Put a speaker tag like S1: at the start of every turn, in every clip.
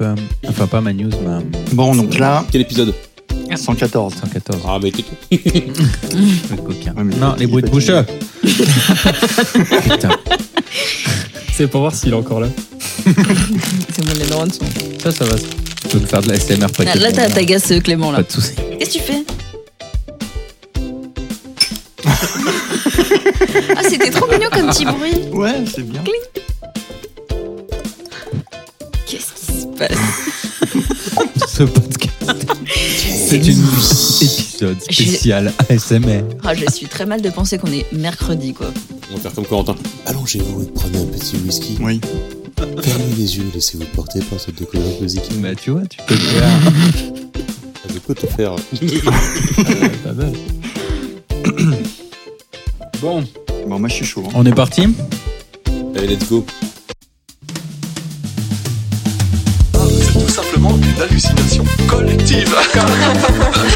S1: euh, enfin, pas ma news, ma
S2: Bon, donc là,
S3: Quel épisode
S2: 114.
S1: 114.
S3: Ah, mais t'es
S1: le coquin.
S2: Ouais, mais
S1: non,
S2: il
S1: les
S2: est
S1: bruits de bouche.
S2: fatigué.
S1: Putain.
S4: C'est pour voir s'il est encore là.
S5: C'est bon, les neurones sont.
S1: Ça, ça va. Je peux me faire de la SMR pas
S5: Là, là, t'as- t'agaces euh, Clément, là.
S1: Pas de soucis.
S5: Qu'est-ce que tu fais Ah, c'était trop mignon comme petit bruit.
S2: Ouais, c'est bien.
S5: Qu'est-ce qui se passe
S1: Ce podcast. C'est une épisode spécial ASMR.
S5: Ah, je suis très mal de penser qu'on est mercredi, quoi.
S3: On va faire comme Corentin.
S6: Allongez-vous et prenez un petit whisky.
S2: Oui.
S6: Fermez les yeux et laissez-vous porter par cette découverte musicale.
S1: Bah, tu vois, tu peux faire. Ah,
S3: Je peux te
S1: Euh,
S3: faire.
S1: Pas mal. Bon,
S2: Bon, moi, je suis chaud. hein.
S1: on est parti
S3: Allez, let's go.
S7: C'est tout simplement une hallucination collective.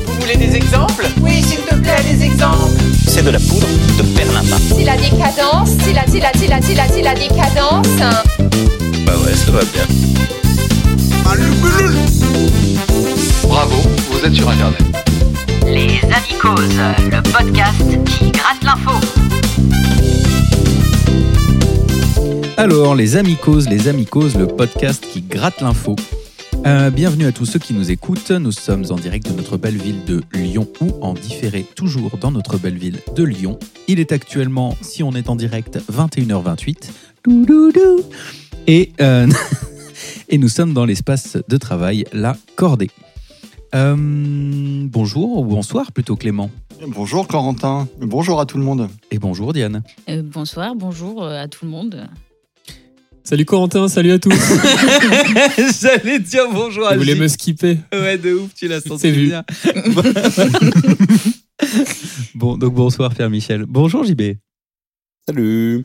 S8: Vous voulez des exemples Oui, s'il te plaît, des exemples.
S9: C'est de la poudre de perlimpin.
S10: C'est la décadence, c'est la, c'est la, c'est la, c'est la, c'est la décadence.
S9: Bah ouais, ça va bien.
S7: Bravo, vous êtes sur Internet.
S11: Les Amicoses, le podcast qui gratte l'info.
S1: Alors, les Amicoses, les Amicoses, le podcast qui gratte l'info. Euh, bienvenue à tous ceux qui nous écoutent. Nous sommes en direct de notre belle ville de Lyon ou en différé toujours dans notre belle ville de Lyon. Il est actuellement, si on est en direct, 21h28. Doudoudou. Et, euh, et nous sommes dans l'espace de travail La Cordée. Euh, bonjour ou bonsoir plutôt Clément.
S2: Bonjour, Corentin. Bonjour à tout le monde.
S1: Et bonjour Diane.
S5: Euh, bonsoir, bonjour euh, à tout le monde.
S4: Salut Corentin, salut à tous.
S1: J'allais dire bonjour
S4: Vous voulez me skipper
S1: Ouais, de ouf, tu l'as
S4: C'est
S1: senti
S4: vu.
S1: bien. bon, donc bonsoir Pierre Michel. Bonjour JB.
S3: Salut.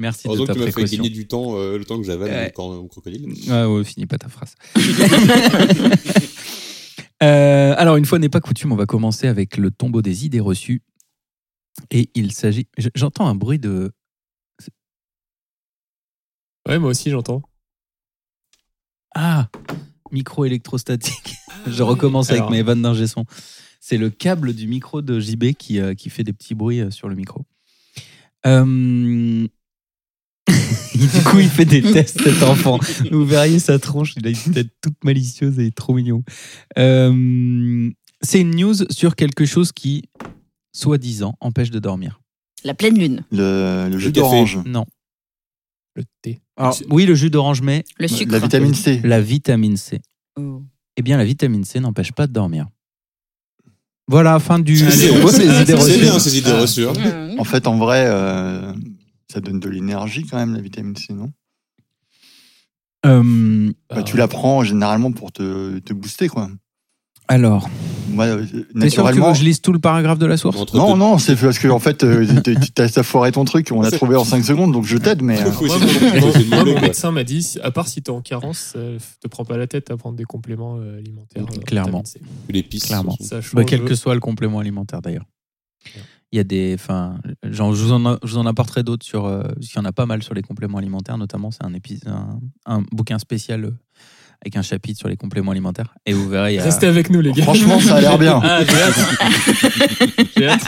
S1: Merci de
S3: Heureusement que
S1: ta
S3: tu m'as fait
S1: précaution.
S3: gagner du temps, euh, le temps que j'avale
S1: Ouais.
S3: mon cor- mon crocodile.
S1: Ah ouais, finis pas ta phrase. Euh, alors, une fois n'est pas coutume, on va commencer avec le tombeau des idées reçues. Et il s'agit. je- J'entends un bruit de.
S4: Ouais, moi aussi j'entends.
S1: Ah Micro électrostatique. Je recommence avec
S4: Ah Alors.
S1: mes vannes d'ingé son. C'est le câble du micro de JB qui, euh, qui fait des petits bruits euh, sur le micro. Euh, du coup, il fait des tests, cet enfant. Vous verriez sa tronche, il a une tête toute malicieuse et il est trop mignon. Euh, C'est une news sur quelque chose qui, soi-disant, empêche de dormir.
S5: La pleine lune,
S2: Le, le jus
S3: café.
S2: d'orange.
S1: Non.
S4: Le thé.
S1: Alors, oui, le jus d'orange, mais
S5: le sucre.
S2: La vitamine C.
S1: la vitamine C.
S5: Oh.
S1: Eh bien, la vitamine C n'empêche pas de dormir. Voilà, fin du.
S3: Allez,
S1: C'est beau, ces idées
S3: C'est
S1: reçues.
S3: bien ces idées reçues. hein.
S5: Mmh.
S2: En fait, en vrai, euh, ça donne de l'énergie quand même, la vitamine C, non
S1: Euh,
S2: Bah, Tu la prends généralement pour te, te booster, quoi.
S1: alors,
S2: Moi,
S1: t'es
S2: euh,
S1: sûr que tu veux
S2: naturellement.
S1: que je lise tout le paragraphe de la source
S3: Entre
S2: Non,
S3: deux-
S2: non, c'est parce que en fait, euh, t'as- t'as t'as foiré ton truc, on a trouvé en 5 secondes, donc je t'aide, mais. euh,
S3: Faut
S4: Moi,
S3: essayer
S4: mon,
S3: de- faut essayer de
S4: moi,
S3: meubler,
S4: mon
S3: quoi.
S4: médecin m'a dit, à part si t'es en carence, euh, te prends pas la tête à prendre des compléments euh, alimentaires. euh,
S1: Clairement.
S4: vitamine
S3: Puis Les pistes.
S1: Clairement.
S4: C. Ça change. euh,
S1: Bah, Quel que soit le complément alimentaire, d'ailleurs. Il y a des. Enfin, genre, je vous en, je vous en apporterai d'autres sur. euh, parce qu'il y en a pas mal sur les compléments alimentaires, notamment, c'est un, épis- un, un bouquin spécial euh, avec un chapitre sur les compléments alimentaires. Et vous verrez, il y a-
S4: Restez avec nous les gars.
S2: Franchement, ça a l'air bien.
S4: Ah, j'ai hâte. J'ai hâte.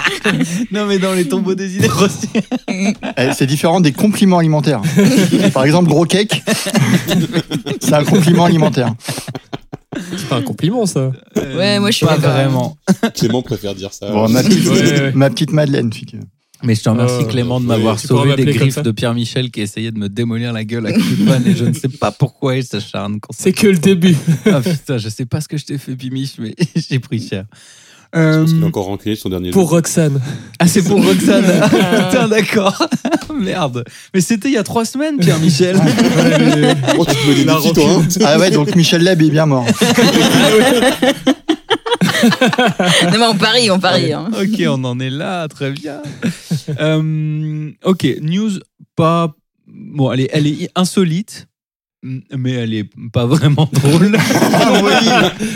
S1: Non, mais dans les tombeaux des idées reçues.
S2: Eh, C'est différent des compliments alimentaires. Par exemple, gros cake, c'est un compliment alimentaire.
S4: C'est pas un compliment ça.
S5: Ouais, moi, je suis
S1: Pas
S5: d'accord.
S1: vraiment.
S3: Clément préfère dire
S4: Euh,
S3: ça.
S2: Bon, ma, petite,
S4: Ouais, ouais.
S2: ma petite Madeleine. fille que-
S1: Mais je te remercie
S4: Oh,
S1: Clément de
S3: oui,
S1: m'avoir
S4: tu pourras
S1: sauvé des
S4: m'appeler comme
S1: griffes
S4: ça.
S1: de Pierre Michel qui essayait de me démolir la gueule à coups de vanne et je ne sais pas pourquoi il s'acharne contre
S4: C'est que le début.
S1: Ah putain, je sais pas ce que je t'ai fait Bimiche mais j'ai pris cher. Euh,
S3: Parce qu'il est encore rancunier de son dernier
S4: Pour
S3: jeu.
S4: Roxane.
S1: Ah c'est pour Roxane. putain d'accord. Merde. Mais c'était il y a trois semaines Pierre Michel.
S4: Ah,
S3: Oh, tu te mets des
S4: La
S3: défis, toi, hein
S2: Ah ouais, donc Michel Lab est bien mort.
S5: Non, mais on parie, on parie. hein.
S1: ok, on en est là, très bien. Euh, ok, news pas. Bon, elle est, elle est insolite, mais elle est pas vraiment drôle.
S2: Ah oui,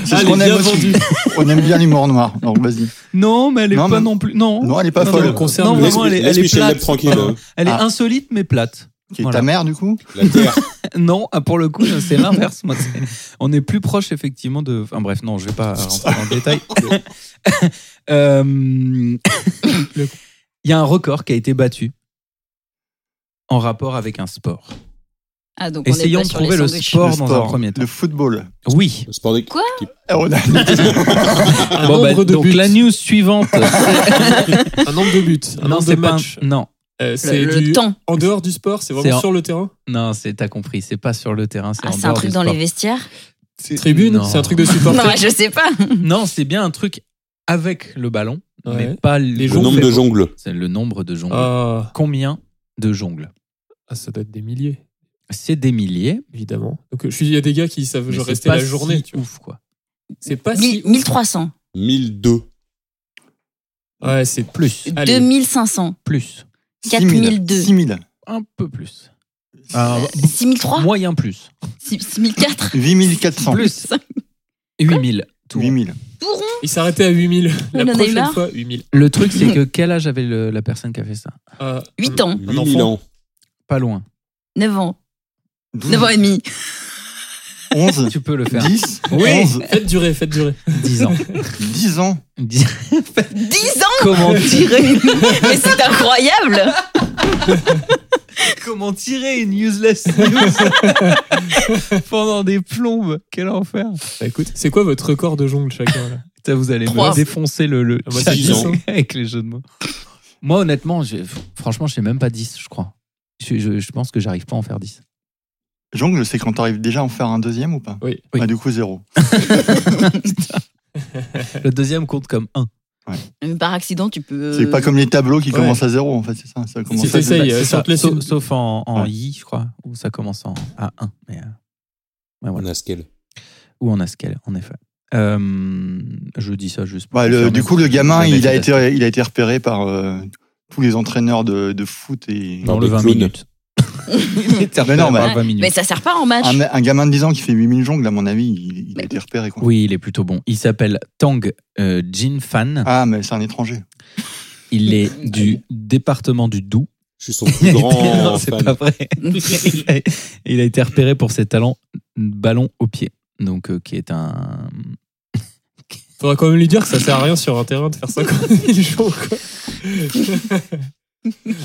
S2: c'est ce
S4: Allez,
S2: qu'on
S4: bien
S2: aime aussi.
S4: vendu.
S2: On aime bien l'humour noir. Donc vas-y.
S1: Non, mais elle est
S2: Non,
S1: pas
S2: mais-
S1: non plus. Non.
S2: Non, elle est pas
S1: Non,
S2: folle.
S4: non, concerne
S1: Non,
S4: le-
S1: vraiment, elle est,
S3: Laisse
S1: elle est
S3: Michel
S1: plate.
S3: Leb tranquille. hein.
S1: Elle est
S2: Ah.
S1: insolite mais plate.
S2: Qui est
S1: Voilà.
S2: ta mère, du coup
S3: La terre.
S1: non, ah, pour le coup, c'est l'inverse. Moi, c'est- on est plus proche, effectivement, de. Enfin, bref, non, je vais pas rentrer dans le détail. Euh, Il y a un record qui a été battu en rapport avec un sport.
S5: Ah, donc on est
S1: Essayons
S5: pas
S1: de
S5: sur les
S1: trouver le
S5: sandwichs.
S1: sport
S2: Le
S1: dans un
S2: sport,
S1: premier temps.
S2: Le football.
S1: Oui.
S3: Le sport des...
S5: Quoi
S3: qui-
S2: Ah, on a-
S4: Un
S1: Bon, bah,
S4: nombre de
S1: donc
S4: buts.
S1: la news suivante.
S4: Un nombre de buts. Un
S1: non,
S4: nombre de
S1: c'est pas. un-
S4: matchs.
S1: Non,
S4: Euh,
S5: Le,
S4: c'est
S5: le
S4: du...
S5: temps.
S4: En dehors du sport, c'est
S1: C'est
S4: vraiment
S1: en-
S4: sur le terrain
S1: non, c'est t'as compris. C'est pas sur le terrain. C'est
S5: Ah,
S1: en
S5: c'est un
S1: dehors
S5: truc
S1: du
S5: dans les
S1: sport.
S5: vestiaires
S4: Tribune,
S1: Non.
S4: c'est un truc de
S5: Non,
S4: supporter.
S5: je sais pas.
S1: Non, c'est bien un truc avec le ballon, mais
S4: Ouais.
S1: pas
S4: Les
S3: Le nombre de jongles.
S1: C'est le nombre de jongles.
S4: Ah,
S1: Combien de jongles
S4: Ah, ça doit être des milliers,
S1: C'est des milliers.
S4: évidemment. Donc, euh, je suis il y a des gars qui savent
S1: mais
S4: genre,
S1: c'est
S4: rester
S1: pas
S4: la journée.
S1: si
S4: tu vois.
S1: ouf quoi.
S4: C'est pas si.
S5: Mille- 1300.
S3: 1002.
S4: Ouais, c'est
S1: Plus,
S4: Allez.
S5: 2500.
S1: plus,
S5: 4002.
S2: 6000.
S1: un peu plus. Un
S5: 6003.
S1: moyen plus.
S5: 6004.
S2: 8400.
S1: Plus 8000. tout.
S2: 8000.
S5: Bourron.
S4: Il s'arrêtait à 8000. La
S5: en a eu
S4: prochaine
S5: marre
S4: fois, 8000.
S1: Le truc c'est que quel âge avait le- la personne qui a fait ça
S4: Ah,
S5: Huit ans.
S3: 8000 ans.
S1: Pas loin.
S5: 9 ans.
S2: 12,
S5: 9 ans et demi.
S2: 11.
S1: Tu peux le faire.
S2: 10.
S1: Oui.
S2: 11.
S4: Faites durer, faites durer.
S1: 10 ans.
S2: 10 ans.
S1: 10
S5: 10 ans
S1: Comment tirer
S5: Mais c'est incroyable
S1: Comment tirer une useless pendant des plombes Quel enfer
S4: Bah, écoute, c'est quoi votre record de jongle chacun là
S1: Putain, vous allez
S5: Trois.
S1: me défoncer le, le
S4: Ah, moi,
S1: chat
S4: c'est dix, hein.
S1: avec les jeux de mots. Moi, honnêtement, j'ai- franchement, je sais même pas 10, je crois. Je, je- je pense que j'arrive pas à en faire 10.
S2: Jongle, c'est quand t'arrives déjà à en faire un deuxième ou pas
S4: Oui.
S1: Oui.
S2: Bah, du coup, zéro.
S1: Le deuxième compte comme 1.
S5: Mais Par accident, tu peux. euh,
S2: C'est pas comme les tableaux qui
S4: ouais.
S2: commencent à zéro, en fait, c'est ça. ça commence
S4: Si
S2: à zéro.
S4: t'essayes, euh,
S1: C'est ça,
S4: sur les
S1: sauf, sauf en, en
S2: Ouais.
S1: I, je crois, où ça commence en A1. mais, euh, ouais,
S3: On
S1: voilà.
S3: a scale.
S1: Ou en Askel, en effet. Euh, je dis ça juste pour
S2: Bah, le-
S1: confirmer
S2: du
S1: que
S2: coup, le
S1: j'ai
S2: gamin,
S1: jamais
S2: il a,
S1: fait
S2: été, il a été repéré par euh, tous les entraîneurs de, de foot. et
S1: dans le
S3: les
S1: 20
S3: clowns.
S1: minutes. Il était
S2: Mais non,
S1: repéré
S2: mais-
S1: par 20 minutes.
S5: Mais ça sert pas en match.
S2: un, un gamin de 10 ans qui fait 8000 jongles, à mon avis, il, il a été repéré. Quoi.
S1: Oui, il est plutôt bon. Il s'appelle Tang euh, Jin Fan.
S2: Ah, mais c'est un étranger.
S1: Il est du département du Doubs.
S3: Je suis son plus
S1: Non,
S3: grand
S1: c'est
S3: fan.
S1: pas vrai. il, a, il a été repéré pour ses talents ballon au pied. Donc, euh, qui est un.
S4: Faudra quand même lui dire que ça sert à rien sur un terrain de faire 50 000 jours. Quoi.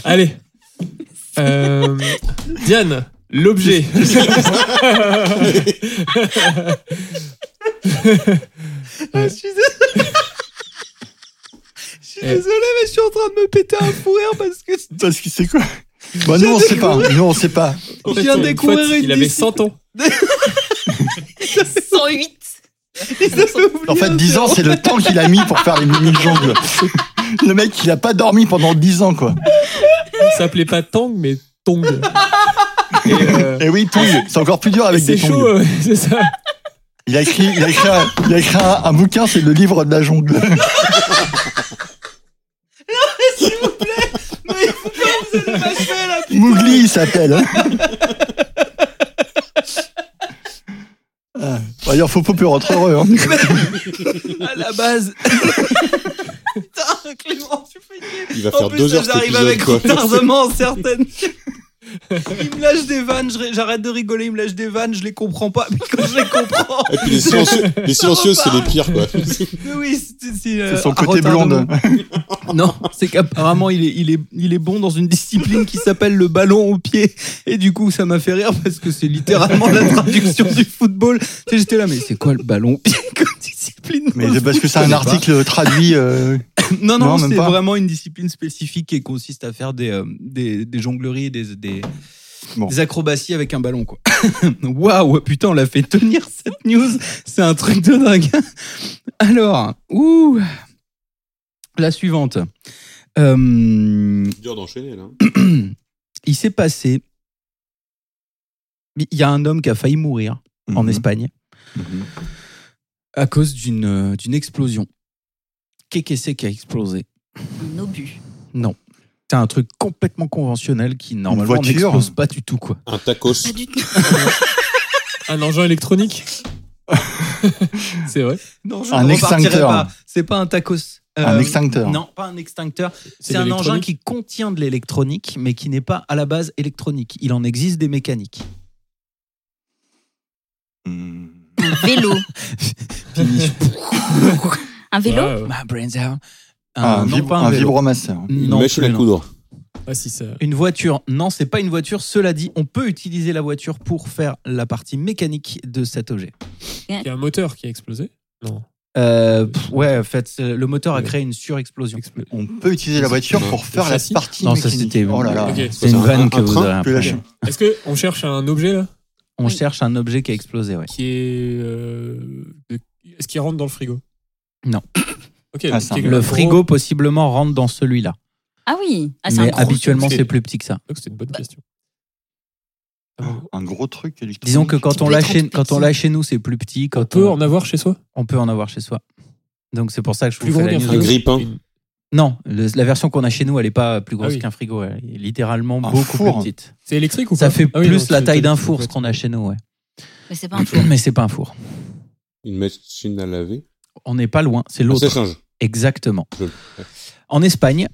S4: Allez. Euh, Diane, l'objet.
S1: Ah, je suis désolé. je suis
S4: Eh.
S1: mais je suis en train de me péter un fou rire parce que.
S2: Parce que c'est quoi Bah, nous, on sait pas. Nous, on sait pas.
S4: En
S1: Je viens
S4: son
S1: de découvrir
S4: pote,
S1: une
S4: Il avait
S1: discipline.
S4: 100 ans.
S5: 108.
S2: En fait, 10 ans, c'est le temps qu'il a mis pour faire les 8000 jongles. Le mec, il a pas dormi pendant 10 ans, quoi.
S4: Il s'appelait pas Tang, mais Tong. Et, euh,
S2: Et oui, tongs, c'est encore plus dur avec
S4: c'est
S2: des tongs.
S4: chaud, euh, c'est ça.
S2: Il a écrit, il a écrit, un, il a écrit un- un bouquin, c'est le livre de la jungle. Mowgli, il s'appelle. hein. Ah, D'ailleurs, faut pas plus rentrer heureux. hein.
S1: À la base. Putain, Clément, tu fais
S3: Il va faire deux heures cet épisode. quoi.
S1: retardement certaines. Il me lâche des vannes, je ré- j'arrête de rigoler, il me lâche des vannes, je les comprends pas, mais quand je les comprends,
S3: Et puis les silencieux, les silencieux, c'est les pires quoi.
S1: mais oui, c'est c'est, euh,
S2: C'est son
S1: un
S2: côté
S1: retardement.
S2: blonde.
S1: Non, c'est qu'apparemment il est, il, est, il est bon dans une discipline qui s'appelle le ballon au pied. Et du coup, ça m'a fait rire parce que c'est littéralement la traduction du football. Tu sais, j'étais là, mais c'est quoi le ballon au pied comme discipline
S2: Mais c'est parce que c'est un article traduit. euh,
S1: Non, non,
S2: Non, même
S1: c'est
S2: pas.
S1: vraiment une discipline spécifique qui consiste à faire des, euh, des, des jongleries et des, des,
S2: Bon.
S1: des acrobaties avec un ballon. quoi. Waouh, putain, on l'a fait tenir cette news. C'est un truc de dingue. Alors, ouh, la suivante. Euh,
S3: Dur d'enchaîner là.
S1: il s'est passé. Il y a un homme qui a failli mourir en
S2: Mhm.
S1: Espagne
S2: Mhm.
S1: à cause d'une euh, d'une explosion. Qu'est-ce que c'est qui a explosé
S5: Un obus.
S1: C'est un truc complètement conventionnel qui normalement
S2: voiture.
S1: n'explose pas du tout quoi.
S3: Un tacos.
S5: Pas du tout.
S4: Un engin électronique. c'est vrai.
S1: Non,
S2: je Un ne repartirai extincteur. pas.
S1: C'est pas un tacos. euh,
S2: Un extincteur.
S1: Non, pas un extincteur.
S4: C'est
S1: C'est un engin
S4: l'électronique
S1: qui contient de l'électronique, mais qui n'est pas à la base électronique. Il en existe des mécaniques. Hmm.
S5: Un vélo. un vélo
S4: Ah, ouais.
S1: My brain's out. Un,
S2: Ah, un,
S1: non,
S2: vib-
S1: pas un
S2: un Hmm.
S1: vélo.
S2: vibromasseur.
S3: Une
S1: Non,
S3: mèche
S1: plus,
S3: à la
S1: non.
S3: coudre.
S4: Ah, si, ça.
S1: Une voiture, non, c'est pas une voiture. Cela dit, on peut utiliser la voiture pour faire la partie mécanique de cet objet.
S4: Il y a un moteur qui a explosé Non.
S1: Euh, pff, ouais, en fait, c'est- le moteur a
S4: Ouais.
S1: créé une surexplosion.
S4: Explo-
S2: On peut utiliser la voiture pour faire la
S4: châssis
S2: partie
S1: Non, ça
S2: mécanique.
S1: c'était.
S2: Oh là là.
S4: Ok.
S1: C'est une
S3: Un-
S1: vanne
S3: un
S1: que vous
S3: train,
S1: avez
S2: plus
S1: appris.
S2: lâché.
S4: Est-ce qu'on cherche un objet là
S1: On
S5: Oui.
S1: cherche un objet qui a explosé, ouais.
S4: qui est. euh, de- Est-ce qu'il rentre dans le frigo
S1: Non.
S4: Ok,
S2: Ah,
S4: donc
S2: ça,
S4: qui est
S1: Le
S4: gros-
S1: frigo possiblement rentre dans celui-là,
S5: Ah oui. Ah, c'est un
S1: mais
S5: gros-
S1: habituellement
S4: truc.
S1: c'est plus petit que ça.
S4: Donc, Oh, c'est une bonne question. Ah,
S2: Un gros truc électronique.
S1: Disons que quand
S5: Petit
S1: on
S5: peu
S1: l'a
S5: trop
S1: chez,
S5: petit.
S1: quand on l'a chez nous, c'est plus petit.
S4: On
S1: Quand
S4: peut
S1: on,
S4: en avoir chez soi
S1: on peut en avoir chez soi. Donc c'est pour ça que je
S4: Plus
S1: vous
S4: gros
S1: fais la
S4: qu'un
S1: news.
S3: Un
S4: frigo.
S3: grippin.
S4: Une-
S1: Non, le- la version qu'on a chez nous, elle est pas plus grosse
S4: Ah oui.
S1: qu'un frigo. Elle est littéralement
S2: Un
S1: beaucoup
S2: four.
S1: plus petite.
S4: C'est électrique ou pas
S1: Ça fait
S4: Ah oui, non,
S1: plus la
S4: c'est-
S1: taille d'un
S4: c'est-
S1: four ce qu'on a chez nous, ouais.
S5: Mais c'est pas un four.
S1: Mais c'est pas un four.
S3: Une machine à laver. Ah,
S1: On n'est pas loin. C'est
S5: Ah,
S3: Un
S1: l'autre.
S3: sèche-linge.
S1: Exactement.
S3: Je- ouais.
S1: En Espagne,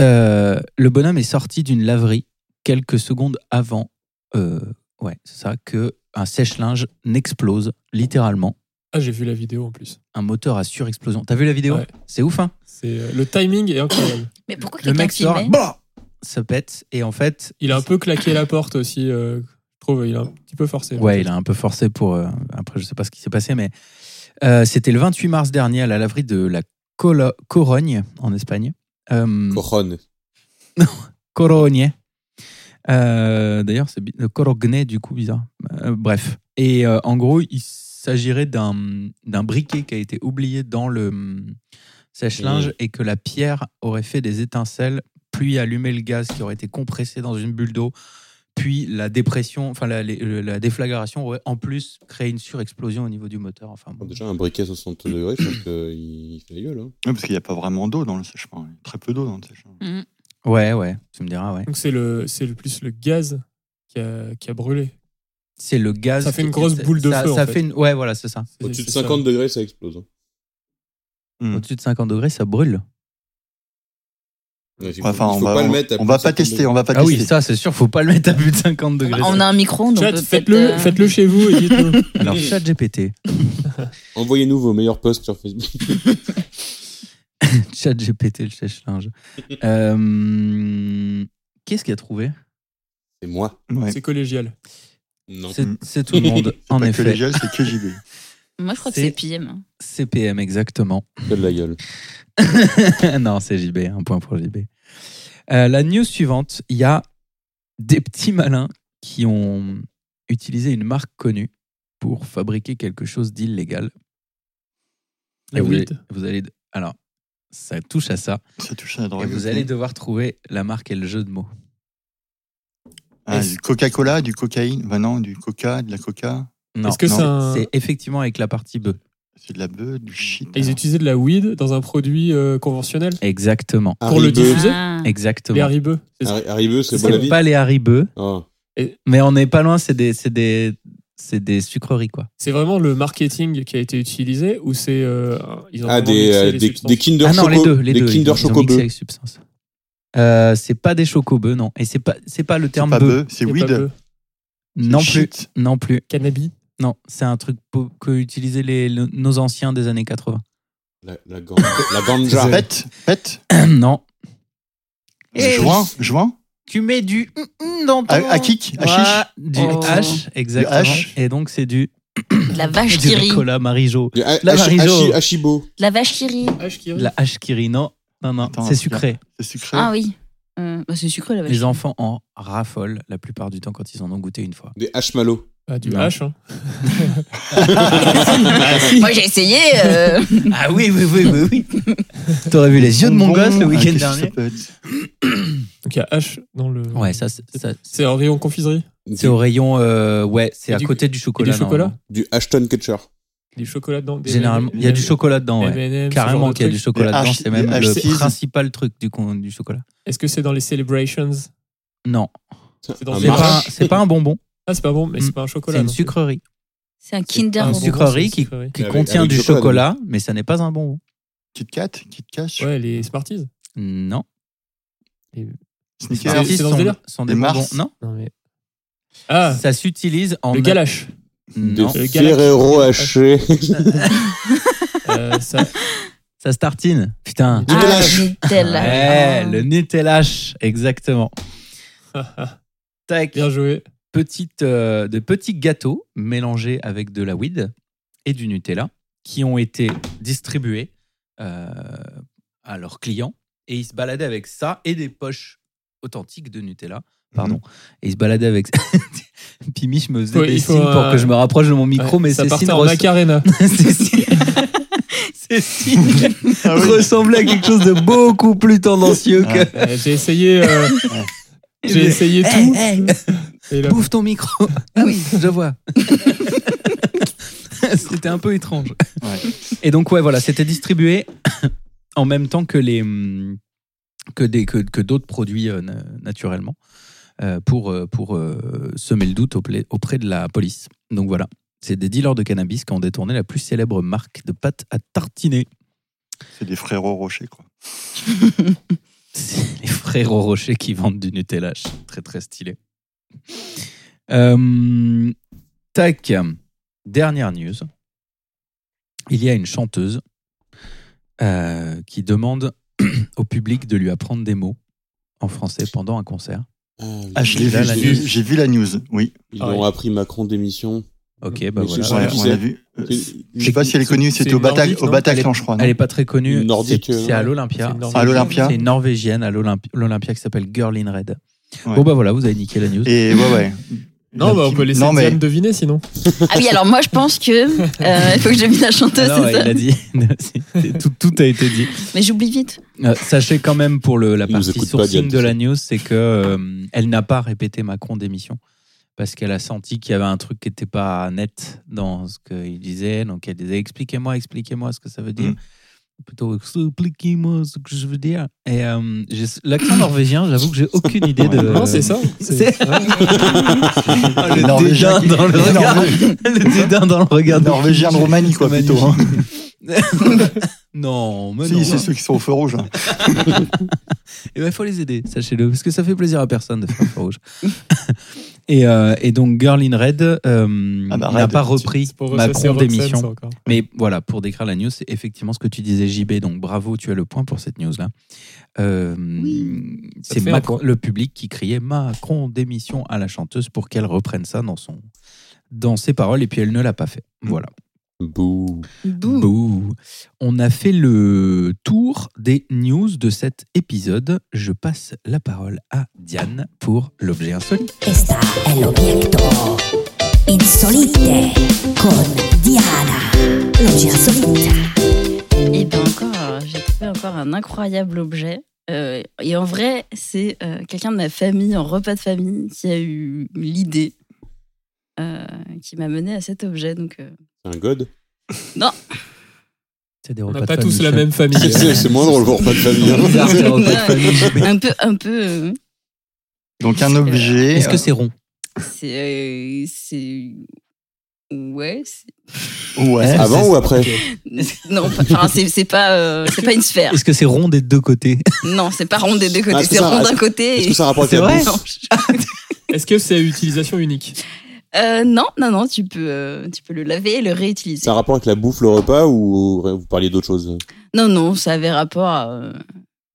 S1: euh, le bonhomme est sorti d'une laverie quelques secondes avant, euh, ouais, c'est ça, que un sèche-linge n'explose littéralement.
S4: Ah, j'ai vu la vidéo en plus.
S1: Un moteur à surexplosion. T'as vu la vidéo
S4: Ouais.
S1: C'est ouf, hein
S4: C'est euh, le timing est incroyable.
S5: Mais pourquoi
S1: Le
S5: quelqu'un
S1: mec sort,
S5: filmait
S1: bah, se pète et en fait,
S4: Il a un peu claqué la porte aussi. euh, je trouve il a un petit peu forcé.
S1: ouais, il a un peu forcé pour. euh, après, je sais pas ce qui s'est passé, mais euh, c'était le 28 mars dernier à la laverie de la Colo- Corogne en Espagne. Euh,
S3: Coronne.
S1: Corogne. Euh, D'ailleurs, c'est bi- le Corogne, du coup, bizarre. Euh, bref. Et euh, en gros, il s'agirait d'un d'un briquet qui a été oublié dans le hum, sèche-linge et que la pierre aurait fait des étincelles, puis allumer le gaz qui aurait été compressé dans une bulle d'eau, puis la dépression, enfin la, les- la déflagration aurait en plus créé une surexplosion au niveau du moteur. Enfin, bon.
S3: Déjà, un briquet à 60 degrés, je pense qu'il fait la gueule. hein.
S2: Oui, parce qu'il n'y a pas vraiment d'eau dans le sèche-main. Il y a Très peu d'eau dans le sèche-main.
S5: Mhm.
S1: Ouais, ouais, tu me diras, ouais.
S4: Donc c'est le c'est le plus le gaz qui a, qui a brûlé.
S1: C'est le gaz.
S4: Ça fait
S1: qui-
S4: une grosse
S1: ça-
S4: boule de
S1: ça-
S4: feu, en
S1: ça
S4: fait.
S1: fait une- Ouais, voilà, c'est ça.
S4: C'est-
S3: Au-dessus de
S4: c'est ça.
S3: 50 degrés, ça explose. hein.
S2: Mm.
S1: Au-dessus de 50 degrés, ça brûle.
S3: Ouais, il faut-
S2: Enfin,
S3: il
S2: on
S3: faut
S2: va,
S3: pas
S2: on,
S3: le mettre à
S2: on
S3: plus
S2: va pas
S3: de 50 degrés.
S2: tester, on va pas
S1: Ah oui,
S2: tester.
S1: ça c'est sûr, faut pas le mettre à plus de 50
S5: Bah,
S1: degrés.
S5: On a un micro, donc
S4: Chat,
S5: peut-être,
S4: faites-le
S5: euh,
S4: faites-le chez vous et dites-nous.
S1: Alors chat GPT,
S3: Envoyez-nous vos meilleurs posts sur Facebook.
S1: chat GPT le sèche-linge. Euh, Qu'est-ce qu'il a trouvé
S3: C'est moi.
S2: Ouais.
S4: C'est collégial.
S3: Non.
S1: C'est c'est tout le monde,
S2: C'est
S1: en
S2: pas que les
S1: effet.
S2: gels, c'est que JB.
S5: Moi, je crois que
S1: C'est-
S5: c'est PM.
S1: CPM exactement.
S3: Que de la gueule.
S1: non, c'est JB, un point pour JB. Euh, la news suivante, il y a des petits malins qui ont utilisé une marque connue pour fabriquer quelque chose d'illégal.
S4: La
S1: Et vous, allez,
S4: weed.
S1: vous allez- alors ça touche à ça.
S2: Ça touche à la
S1: Et
S2: drogue.
S1: vous allez devoir trouver la marque et le jeu de mots.
S2: Ah, du Coca-Cola, du cocaïne. Bah non, du coca, de la coca.
S1: Non,
S4: Est-ce que
S1: non,
S4: c'est un-
S1: c'est effectivement avec la partie B.
S2: C'est de la beuh, du shit.
S4: Et
S1: Ah.
S4: ils
S2: alors.
S4: utilisaient de la weed dans un produit euh, conventionnel.
S1: Exactement.
S4: Pour le
S3: Haribeux.
S4: diffuser
S5: Ah.
S4: Les
S1: Exactement.
S4: haribeux. c'est ça
S3: Hari- Haribeux, c'est bon la
S1: C'est
S3: vie.
S1: pas les Haribo,
S3: Ah.
S1: mais on n'est pas loin, c'est des, c'est des, c'est des sucreries, quoi.
S4: C'est vraiment le marketing qui a été utilisé ou c'est euh, ils ont
S3: Ah,
S4: vraiment
S3: des,
S4: mixé
S3: euh,
S4: les
S3: des,
S4: substances
S3: des Kinder
S1: ah non, les
S3: Choco-
S1: deux, les
S3: des
S1: deux. ils
S3: Kinder
S1: ont- ils ont
S3: Choco
S1: mixé
S3: Bœuf.
S1: avec substance. Euh, c'est pas des chocobeux, non. Et c'est pas, c'est pas le
S2: C'est
S1: terme
S2: pas
S1: bœuf.
S2: beuh, c'est
S4: C'est pas
S2: weed.
S4: peu.
S1: Non plus.
S2: Shit.
S1: Non plus.
S4: Cannabis.
S1: Non, c'est un truc po- que utilisaient les, le- nos anciens des années 80.
S3: La, la, gan- la ganja.
S2: Pète, pète.
S1: non. Eh
S2: Joint, joint.
S1: Tu mets du dans
S2: À, à kick, à chiche.
S1: du
S5: Oh.
S1: H, exactement.
S2: H.
S1: Et donc, c'est du
S5: De la vache
S1: du
S5: qui rit.
S1: Ricola Marijo.
S3: Du ha-
S1: La
S3: hachi-
S1: Marijo.
S3: hachi- Hachibo.
S5: De la vache qui rit.
S1: La hache qui rit, non. Non, non,
S2: Attends,
S1: c'est sucré.
S2: C'est sucré.
S5: Ah oui. Euh, bah, c'est sucré, la vache.
S1: Les enfants en raffolent la plupart du temps quand ils en ont goûté une fois.
S3: Des hachmalos.
S4: Ah, du
S1: Non.
S4: H. hein.
S5: Moi, j'ai essayé. euh,
S1: Ah oui, oui, oui, oui, oui. T'aurais vu les yeux de mon
S2: Bonbon.
S1: gosse le
S2: Ah,
S1: week-end
S2: qu'est-ce que ça
S1: dernier.
S2: peut être
S4: Donc il y a H dans le.
S1: Ouais, ça, c'est- ça,
S4: C'est un rayon confiserie.
S1: c'est au rayon. euh, ouais, c'est
S4: Et
S1: à
S4: du-
S1: côté du chocolat.
S4: et du chocolat
S1: normalement.
S3: Du Ashton Kutcher.
S4: Des chocolats dedans. des-
S1: Généralement, il y a du chocolat dedans, ouais.
S4: M&M, ce genre
S1: Carrément
S4: de
S1: qu'il y a du
S4: trucs.
S1: chocolat
S2: Des
S1: dedans,
S2: H-
S1: c'est même
S2: des
S1: le
S2: H6.
S1: principal truc du, con- du chocolat.
S4: Est-ce que c'est dans les celebrations
S1: Non,
S4: C'est dans
S3: Un
S1: c'est
S4: marche.
S1: Ah, pas, un- c'est pas un bonbon,
S4: Ah, c'est pas bon, mais
S1: Mm.
S4: c'est pas un chocolat.
S1: c'est une
S4: non.
S1: sucrerie.
S5: C'est un Kinder
S4: Ah,
S1: Une
S4: bon,
S5: Ovo.
S4: sucre.
S1: sucrerie
S4: c'est une
S1: qui,
S4: sucrerie.
S1: qui
S3: Avec-
S1: contient
S3: avec
S1: du
S3: chocolat,
S1: chocolat, mais ça n'est pas un bonbon.
S2: Kit Kat, Kit Cash,
S4: Ouais, les Smarties.
S1: Non.
S2: Snickers,
S4: c'est
S1: Artistes
S4: dans
S1: sont-
S4: le délire
S1: sont
S2: Des
S1: bonbons.
S2: Mars.
S1: Non.
S4: Non, mais. Ah,
S1: Ça s'utilise en.
S4: le galache.
S1: Non.
S4: Le
S3: De
S4: Galaxy.
S3: Ferrero haché.
S4: Euh, ça,
S1: Ça se tartine. Putain.
S4: Ah,
S5: le Nutella.
S1: Ouais,
S5: Ah.
S1: le Nutellache, exactement. Tac.
S4: bien joué.
S1: Petite, euh, de petits gâteaux mélangés avec de la weed et du Nutella qui ont été distribués euh, à leurs clients et ils se baladaient avec ça et des poches authentiques de Nutella. Pardon. Et ils se baladaient avec. Puis Mich me faisait
S4: Ouais,
S1: des
S4: il faut,
S1: signes pour
S4: euh,
S1: que je me rapproche de mon micro,
S4: Ouais,
S1: mais
S4: ça
S1: ces
S4: partait
S1: signes,
S4: en
S1: res-
S4: macarena.
S1: ces signes- ces signes
S2: Ah oui.
S1: ressemblaient à quelque chose de beaucoup plus tendancieux que.
S4: Euh, J'ai essayé. euh, J'ai
S1: Eh,
S4: essayé tout.
S1: Hey, hey,
S4: Et là,
S1: bouffe ton micro. Ah oui, je vois. c'était un peu étrange.
S2: Ouais.
S1: Et donc ouais, voilà, c'était distribué en même temps que les hum, que des que, que d'autres produits euh, na- naturellement euh, pour euh, pour euh, semer le doute auprès, auprès de la police. Donc voilà, c'est des dealers de cannabis qui ont détourné la plus célèbre marque de pâte à tartiner,
S2: c'est des frérots Rocher quoi.
S1: C'est les frères au rocher qui vendent du Nutella, très très stylé. Euh, tac, dernière news. Il y a une chanteuse euh, qui demande au public de lui apprendre des mots en français pendant un concert.
S2: Ah, je l'ai
S1: Là,
S2: vu,
S1: la
S2: j'ai vu-
S1: news.
S2: j'ai vu la news, oui.
S3: Ils
S4: Ah
S3: ont
S4: ouais.
S3: appris Macron démission.
S1: Ok, bah
S3: Mais
S1: voilà.
S3: c'est
S2: Ouais,
S3: tu
S2: on
S3: sais.
S2: l'a vu. Euh,
S3: C'est-
S2: Je sais pas si elle est
S4: c'est-
S2: connue,
S4: c'est
S2: c'était au,
S4: une
S2: Bata-
S4: nordique,
S2: au
S4: non
S2: Bataclan, je crois. non
S1: Elle n'est pas très connue.
S3: Une Nordique,
S1: C'est
S3: euh,
S1: c'est à
S3: ouais.
S1: l'Olympia.
S4: C'est une
S2: à l'Olympia.
S1: C'est une Norvégienne à l'Olymp- l'Olympia qui s'appelle Girl in Red.
S2: Ouais.
S1: Bon bah voilà, vous avez niqué la news.
S2: Et ouais, ouais.
S4: Non, bah, on peut laisser
S2: Non, mais
S4: Diane deviner sinon.
S5: Ah oui, alors moi je pense que euh, il faut que je devine la chanteuse,
S1: Alors,
S5: c'est
S1: il
S5: ça
S1: a dit. tout, tout a été dit.
S5: Mais j'oublie vite.
S1: Euh, sachez quand même pour le, la
S3: Il nous
S1: partie
S3: écoute pas,
S1: sourcing
S3: Diane,
S1: de
S3: tu
S1: la
S3: sais.
S1: news, c'est que euh, elle n'a pas répété Macron démission parce qu'elle a senti qu'il y avait un truc qui n'était pas net dans ce qu'il disait. Donc elle disait expliquez-moi, expliquez-moi ce que ça veut dire.
S2: Mm.
S1: Plutôt expliquez-moi ce que je veux dire. Et euh, j'ai- l'accent norvégien, j'avoue que j'ai aucune idée de.
S4: Non, c'est ça.
S1: c'est- Ah, le
S2: Norvégien.
S1: dédain dans le
S2: Les
S1: regard.
S2: Norvég-
S1: le dédain dans le regard. de
S2: Norvégien de
S1: Kim.
S2: Roumanie, quoi,
S1: C'est
S2: plutôt. hein.
S1: Non, mais non.
S2: Si, c'est ceux qui sont au feu rouge. là.
S1: Il faut les aider, sachez-le, parce que ça fait plaisir à personne de faire le feu rouge. et, euh, et donc, Girl in Red euh,
S2: Ah bah,
S1: n'a
S2: Red,
S1: pas
S2: c'est-
S1: repris
S4: C'est pour ressasser
S1: Macron
S4: Roxane,
S1: démission.
S4: ça, encore.
S1: Mais voilà, pour décrire la news, c'est effectivement ce que tu disais, JB. Donc, bravo, tu as le point pour cette news-là. Euh,
S4: Ça
S1: c'est
S4: te fait un
S1: Macron-
S4: point.
S1: le public qui criait Macron démission à la chanteuse pour qu'elle reprenne ça dans, son, dans ses paroles, et puis elle ne l'a pas fait.
S4: Mm.
S1: Voilà.
S3: Bouh.
S5: Bouh.
S1: Bouh. On a fait le tour des news de cet épisode. Je passe la parole à Diane pour l'objet insolite.
S11: Esta è l'obietto insolite con Diana. L'objet insolite.
S5: Et bien encore, euh, j'ai trouvé encore un incroyable objet. Euh, et en vrai, c'est euh, quelqu'un de ma famille, en repas de famille, qui a eu l'idée euh, qui m'a mené à cet objet. Donc, euh,
S3: C'est un god
S1: C'est des
S4: On
S1: repas
S4: n'a pas
S1: de
S4: tous
S1: famille,
S4: la
S1: chef.
S4: même famille.
S3: C'est c'est moins drôle pour pas de famille.
S1: C'est bizarre, les
S3: hein.
S1: repas de famille, JB.
S5: un peu, un peu. euh,
S2: Donc un objet.
S1: Est-ce que c'est rond
S5: c'est. euh, c'est. Ouais. c'est-
S2: euh, Ouais.
S3: Avant ou après
S5: Non, pas- enfin, c'est c'est pas, euh, c'est pas une sphère.
S1: Est-ce que c'est rond des deux côtés
S5: Non, c'est pas rond des deux côtés.
S3: Ah, est-ce que
S5: c'est
S3: ça-
S5: rond
S3: est-ce-
S5: d'un côté.
S3: Est-ce
S5: et-
S3: que ça rapporte
S1: C'est
S3: à la
S1: vrai
S3: bouffe
S5: Non,
S4: Est-ce que c'est à utilisation unique
S5: Euh, non, non, non, tu peux, euh, tu peux le laver et le réutiliser.
S3: Ça a rapport avec la bouffe, le repas ou vous parliez d'autre chose
S5: Non, non, ça avait rapport à euh,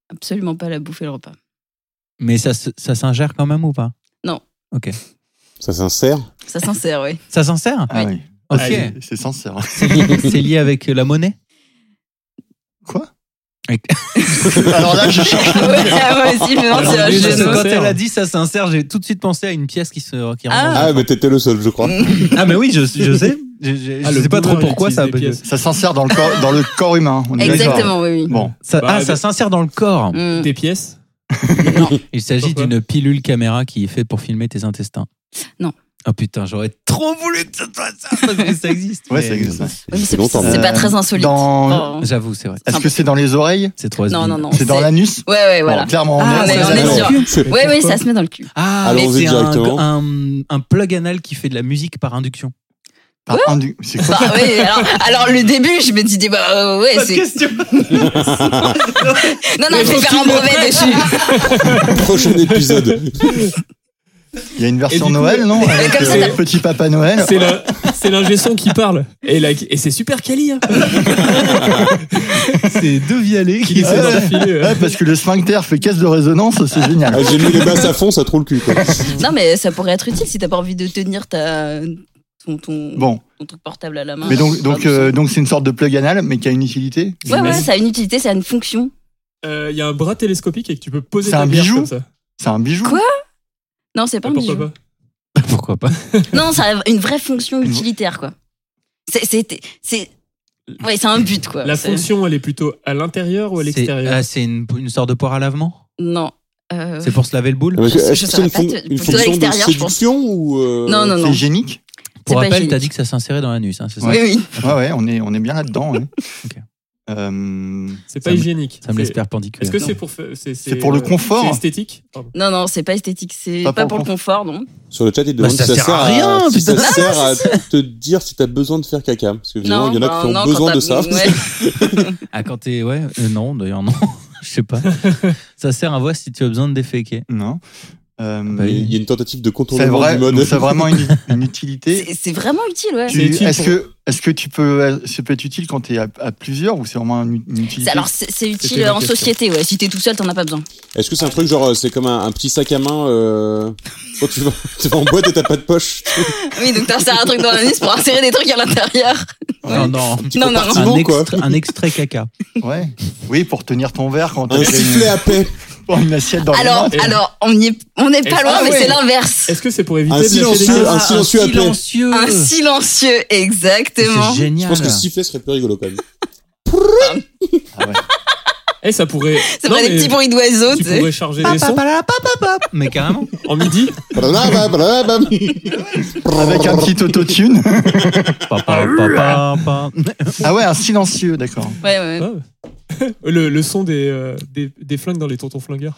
S5: absolument pas la bouffe et le repas.
S1: Mais ça, se- ça s'ingère quand même ou pas
S3: Ça s'insère
S5: Ça sincère, oui.
S1: Ça s'insère
S2: Ah oui.
S1: Ok.
S2: Ah, c'est- C'est sincère.
S1: c'est lié avec la monnaie
S2: Quoi
S1: Avec-
S2: Alors là, je cherche.
S5: ouais, ah, ouais, si, mais non,
S4: Alors,
S5: c'est un
S4: oui,
S5: jeu
S4: ça
S5: de mots.
S1: quand
S4: s'insère.
S1: elle a dit ça s'insère, j'ai tout de suite pensé à une pièce qui se qui rentre
S5: Ah.
S1: dans-
S3: Ah, mais t'étais le seul, je crois.
S1: Ah, mais oui, je, je sais. Je, je- je
S4: Ah, le
S1: sais pas trop
S4: bourrin, il
S1: pourquoi
S4: utilise
S1: ça.
S4: des pièces.
S2: Ça s'insère dans le corps, dans le corps humain. on est d'accord.
S5: Exactement, oui, oui.
S2: Bon,
S1: ça-
S4: Bah,
S1: ah, ça
S4: mais-
S1: s'insère dans le corps.
S5: Mm.
S4: Des pièces
S1: Il s'agit
S4: Pourquoi
S1: d'une pilule caméra qui est faite pour filmer tes intestins.
S5: Non.
S1: Oh putain, j'aurais trop voulu que ce soit ça parce que ça existe.
S2: ouais,
S1: mais- euh,
S2: ça existe.
S5: Oui, mais
S3: Ça fait
S5: c'est
S3: longtemps.
S5: c'est pas
S2: Euh,
S5: très insolite.
S2: dans-
S5: Oh.
S1: J'avoue, c'est vrai.
S2: Est-ce que c'est dans les oreilles
S1: C'est trop
S5: Non,
S1: has-been.
S5: non, non.
S2: C'est dans
S5: c'est-
S2: l'anus
S5: Ouais, ouais,
S2: Bon,
S5: voilà.
S2: Clairement, on
S1: Ah,
S5: on
S2: est.
S5: est-
S2: on est
S5: on est
S2: d'accord.
S5: sûr.
S4: C'est-
S5: Ouais, oui, ça
S4: pourquoi
S5: se met dans le cul.
S1: Ah, mais
S3: Allons-y
S1: c'est un,
S3: directement.
S1: un, un plug anal qui fait de la musique par induction.
S2: Par un du- C'est quoi
S5: Bah oui, alors, alors le début, je me dis, dis, bah euh, ouais, c'est. non, non, je vais faire un brevet dessus.
S3: Prochain épisode.
S2: Il y a une version
S4: Et du coup,
S2: Noël, non
S4: mais
S2: Avec
S5: comme
S2: euh,
S5: ça, t'as-
S2: le petit papa Noël.
S4: C'est la- c'est l'ingé son qui parle. Et, la- et c'est super quali. Hein.
S1: C'est deux vialets qui.
S4: Qui s'est
S2: Ouais.
S4: enfilé, euh.
S2: Ouais, parce que le sphincter fait caisse de résonance, c'est génial.
S3: Ah, J'ai mis les basses à fond, ça trouve le cul. Quoi.
S5: Non, mais ça pourrait être utile si t'as pas envie de tenir ta. Ton, ton,
S2: Bon,
S5: ton truc portable à la main.
S2: mais donc
S5: Enfin,
S2: donc
S5: du son.
S2: euh, donc c'est une sorte de plug anal, mais qui a une utilité.
S5: ouais, ouais, ça a une utilité, ça a une fonction.
S4: Euh, Il y a un bras télescopique et que tu peux poser
S2: C'est
S4: ta
S2: un
S4: bière
S2: bijou
S4: comme ça.
S2: C'est un bijou.
S5: Quoi Non, c'est pas
S4: Ah,
S5: un
S4: pourquoi
S5: bijou.
S4: pas
S1: Pourquoi pas
S5: Non, ça a une vraie fonction utilitaire, quoi. C'est. c'est- c'est- Ouais, c'est un but, quoi.
S4: La
S5: C'est-
S4: fonction, elle est plutôt à l'intérieur ou à
S1: Euh, C'est
S4: l'extérieur
S1: ah, c'est une, une sorte de poire à lavement
S5: Non. euh,
S1: C'est pour se laver le boule
S3: Est-ce que
S5: Je- je
S3: c'est
S5: saurais
S3: une,
S5: pas
S3: fon-
S5: te-
S3: une
S5: plutôt à
S3: fonction de
S5: l'extérieur, je pense.
S3: séduction ou euh,
S5: Non, non, non.
S2: C'est génique.
S1: Pour
S5: pas
S1: rappel,
S5: hygiénique.
S1: t'as dit que ça s'insérait dans l'anus, hein, c'est ça
S5: Oui, oui.
S2: Ouais, ouais, on est on est bien là-dedans. ouais.
S1: Ok.
S2: Euh,
S4: C'est
S1: ça
S4: pas
S1: me-
S4: hygiénique.
S1: Ça me
S4: C'est-
S1: laisse perpendiculaire.
S4: Est-ce que c'est pour fa- c'est
S2: C'est pour le
S4: euh,
S2: confort.
S4: C'est esthétique. Pardon.
S5: Non, non, c'est pas esthétique, c'est pas,
S2: Pas
S5: pour
S2: pour
S5: le confort, non.
S3: Sur le chat, ils demandent
S1: Bah, ça
S3: si ça
S1: sert
S3: sert
S1: à rien,
S3: si ça
S1: putain.
S3: sert à te dire si t'as besoin de faire caca. Parce que évidemment,
S5: Non,
S3: il y en a
S5: bah,
S3: qui ont
S5: non,
S3: besoin
S5: quand
S3: de ça.
S5: t'as- ouais.
S1: Ah, quand t'es. Ouais, euh, non, d'ailleurs, non. Je sais pas. Ça sert à voir si tu as besoin de déféquer.
S2: non. Euh,
S1: bah oui.
S3: Il y a une tentative de
S2: c'est
S3: contournement
S2: vrai.
S3: du mode.
S2: donc C'est vraiment une, une utilité.
S5: C'est c'est vraiment utile, ouais.
S2: Tu-
S4: C'est utile
S2: Est-ce
S4: pour-
S2: que est-ce que tu peux ça peut être utile quand t'es à, à plusieurs ou c'est vraiment une, une utilité
S5: C'est- Alors, c'est c'est utile
S4: ma
S5: en
S4: question.
S5: société, ouais. Si t'es tout seul, t'en as pas besoin.
S3: Est-ce que c'est un truc genre, euh, c'est comme un, un petit sac à main euh, quand tu vas, tu vas en boîte et t'as pas de poche
S5: Oui, donc t'insères un truc dans l'anus pour insérer des trucs à l'intérieur.
S1: Non, non.
S5: Non, non, non.
S1: Un,
S3: Bon, quoi.
S1: extra- un extrait caca.
S2: Ouais. Oui, pour tenir ton verre quand t'as
S3: Un sifflet
S2: une,
S3: à paix
S2: une assiette dans les
S5: Alors,
S2: mains.
S4: Et-
S5: alors, on y est, on n'est pas
S4: Et-
S5: loin,
S4: Ah
S5: mais
S4: ouais.
S5: c'est l'inverse.
S4: Est-ce que c'est pour éviter
S3: Un
S4: de lâcher des
S3: silencieux,
S4: bières
S3: un silencieux à play.
S1: silencieux.
S5: Un Hmm. silencieux, exactement.
S1: Hmm. C'est génial.
S3: Je pense que sifflet serait plus rigolo quand même.
S4: Eh, ça pourrait.
S5: C'est
S4: Non,
S5: vrai, des
S4: mais
S5: petits bruits d'oiseaux, tu
S4: Tu
S5: sais.
S4: pourrais charger
S1: Ah,
S4: les sons
S1: Mais carrément.
S4: en midi.
S3: Badabam, badabam.
S2: Avec un petit autotune.
S1: Pa, pa, pa, pa, pa.
S2: Ah ouais, un silencieux, d'accord.
S5: Ouais, ouais.
S4: Ah. Le, le son des, euh, des, des flingues dans les tontons flingueurs.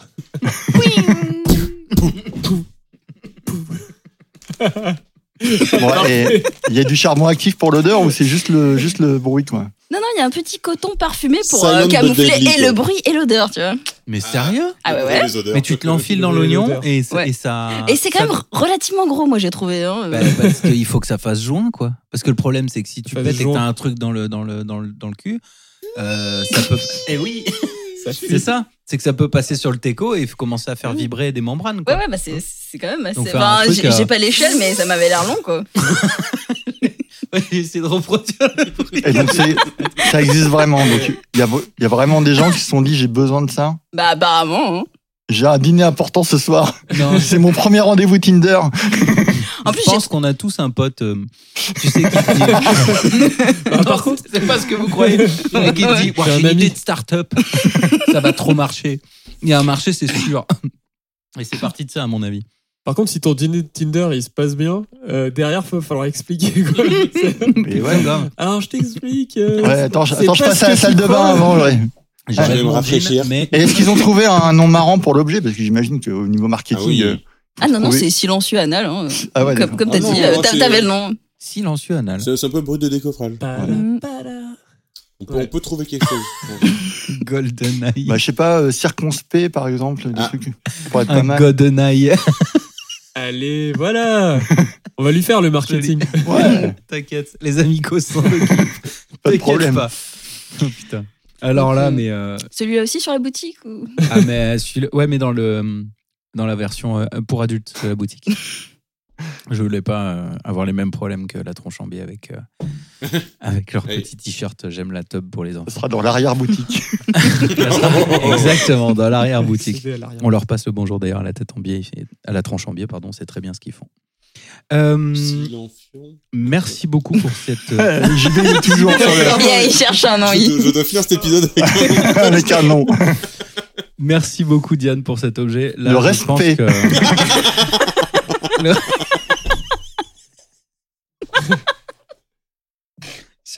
S2: Bon, et il y a du charbon actif pour l'odeur ou c'est juste le juste le bruit quoi.
S5: Non, non, il y a un petit coton parfumé pour
S3: Silent
S5: euh,
S3: but
S5: camoufler
S3: deadly,
S5: et
S3: quoi.
S5: le bruit et l'odeur, tu vois.
S1: Mais sérieux
S5: Ah ouais, ouais.
S3: Les odeurs.
S1: Mais tu te l'enfiles dans
S4: le-
S1: l'oignon
S4: l'odeur.
S1: et, ça-
S5: Ouais.
S1: et ça.
S5: Et c'est quand
S1: Ah, ça-
S5: même relativement gros, moi, j'ai trouvé. Hein.
S1: Bah, parce qu'il faut que ça fasse joint, quoi. Parce que le problème, c'est que si tu
S4: fasse
S1: pètes et que
S4: joint.
S1: t'as un truc dans le, dans le, dans le, dans le cul, euh, ça peut. Eh oui
S4: Ça
S1: C'est ça C'est que ça peut passer sur le teco et commencer à faire vibrer des membranes,
S5: Ouais,
S1: quoi.
S5: ouais, bah c'est c'est quand même assez.
S1: Donc, faire un
S5: Enfin,
S1: truc,
S5: j'ai
S1: euh,
S5: j'ai pas l'échelle, mais ça m'avait l'air long, quoi.
S1: J'ai essayé de reproduire le bruit.
S2: Et donc c'est ça existe vraiment. Donc il y a il y a vraiment des gens qui se sont dit j'ai besoin de ça.
S5: Bah, apparemment. hein.
S2: J'ai un dîner important ce soir.
S1: Non,
S2: C'est mon premier rendez-vous Tinder.
S5: En plus,
S1: je pense qu'on a tous un pote, euh, tu sais, qui
S4: Bah, par contre,
S1: c'est pas ce que vous croyez, mais qui te dit Ouah,
S4: J'ai un
S1: J'ai une
S4: ami.
S1: idée de start-up, ça va trop marcher. Il y a un marché, c'est sûr. Et c'est parti de ça, à mon avis.
S4: par contre, si ton dîner de Tinder il se passe bien, euh, derrière, il va falloir expliquer. Quoi.
S2: Mais ouais.
S1: grave.
S4: Alors, je t'explique. euh,
S2: Ouais, attends, je-
S4: c'est
S2: attends, je
S4: pas
S2: passe
S4: ce
S2: à
S4: que
S2: la
S4: tu
S2: salle de bain
S4: crois.
S2: avant. ouais.
S1: J'ai
S3: vais me
S1: mon
S3: rafraîchir.
S1: jean, mais
S2: Et est-ce qu'ils ont trouvé un nom marrant pour l'objet Parce que j'imagine qu'au niveau marketing.
S3: Ah oui.
S2: euh,
S5: Ah non, non,
S2: Oui.
S5: c'est silencieux anal. Hein.
S2: Ah ouais,
S5: comme
S2: d'accord.
S5: comme t'as
S3: Ah non,
S5: dit,
S3: non,
S5: euh, t'a-
S3: c'est-
S5: t'avais le nom.
S1: silencieux anal.
S3: C'est c'est un peu bruit de décoffrage.
S4: Pada,
S5: Ouais.
S4: pada.
S3: On peut,
S4: Ouais.
S3: on peut trouver quelque chose.
S1: Golden Eye.
S2: Bah, je sais pas, euh, circonspect par exemple, des
S3: Ah.
S2: trucs pour être pas
S1: un
S2: mal.
S1: Golden Eye.
S4: Allez, voilà. On va lui faire le marketing.
S2: Ouais,
S1: T'inquiète, les amicos sont de
S2: pas de problème.
S1: pas. Oh, Putain. Alors là, mais. euh,
S5: Celui-là aussi sur la boutique ou...
S1: Ah mais celui-là- ouais mais dans le dans la version euh, pour adultes de la boutique. Je voulais pas euh, avoir les mêmes problèmes que la tronche en biais avec euh, avec leur
S3: Oui.
S1: petit t-shirt euh, j'aime la tub pour les enfants.
S2: Ce sera dans l'arrière-boutique.
S1: Exactement dans l'arrière boutique.
S4: C'est à l'arrière.
S1: On leur passe le bonjour d'ailleurs à la tête en biais et à la tronche en biais pardon, c'est très bien ce qu'ils font. Euh,
S3: Silencieux.
S1: merci beaucoup pour cette euh,
S2: Euh, JB il est toujours sur le...
S5: Bien, il cherche un nom.
S3: Je,
S5: il-
S3: dois- je dois finir cet épisode avec
S2: avec un nom.
S1: Merci beaucoup Diane pour cet objet. Là,
S2: Le
S1: je
S2: respect.
S1: pense que- Le-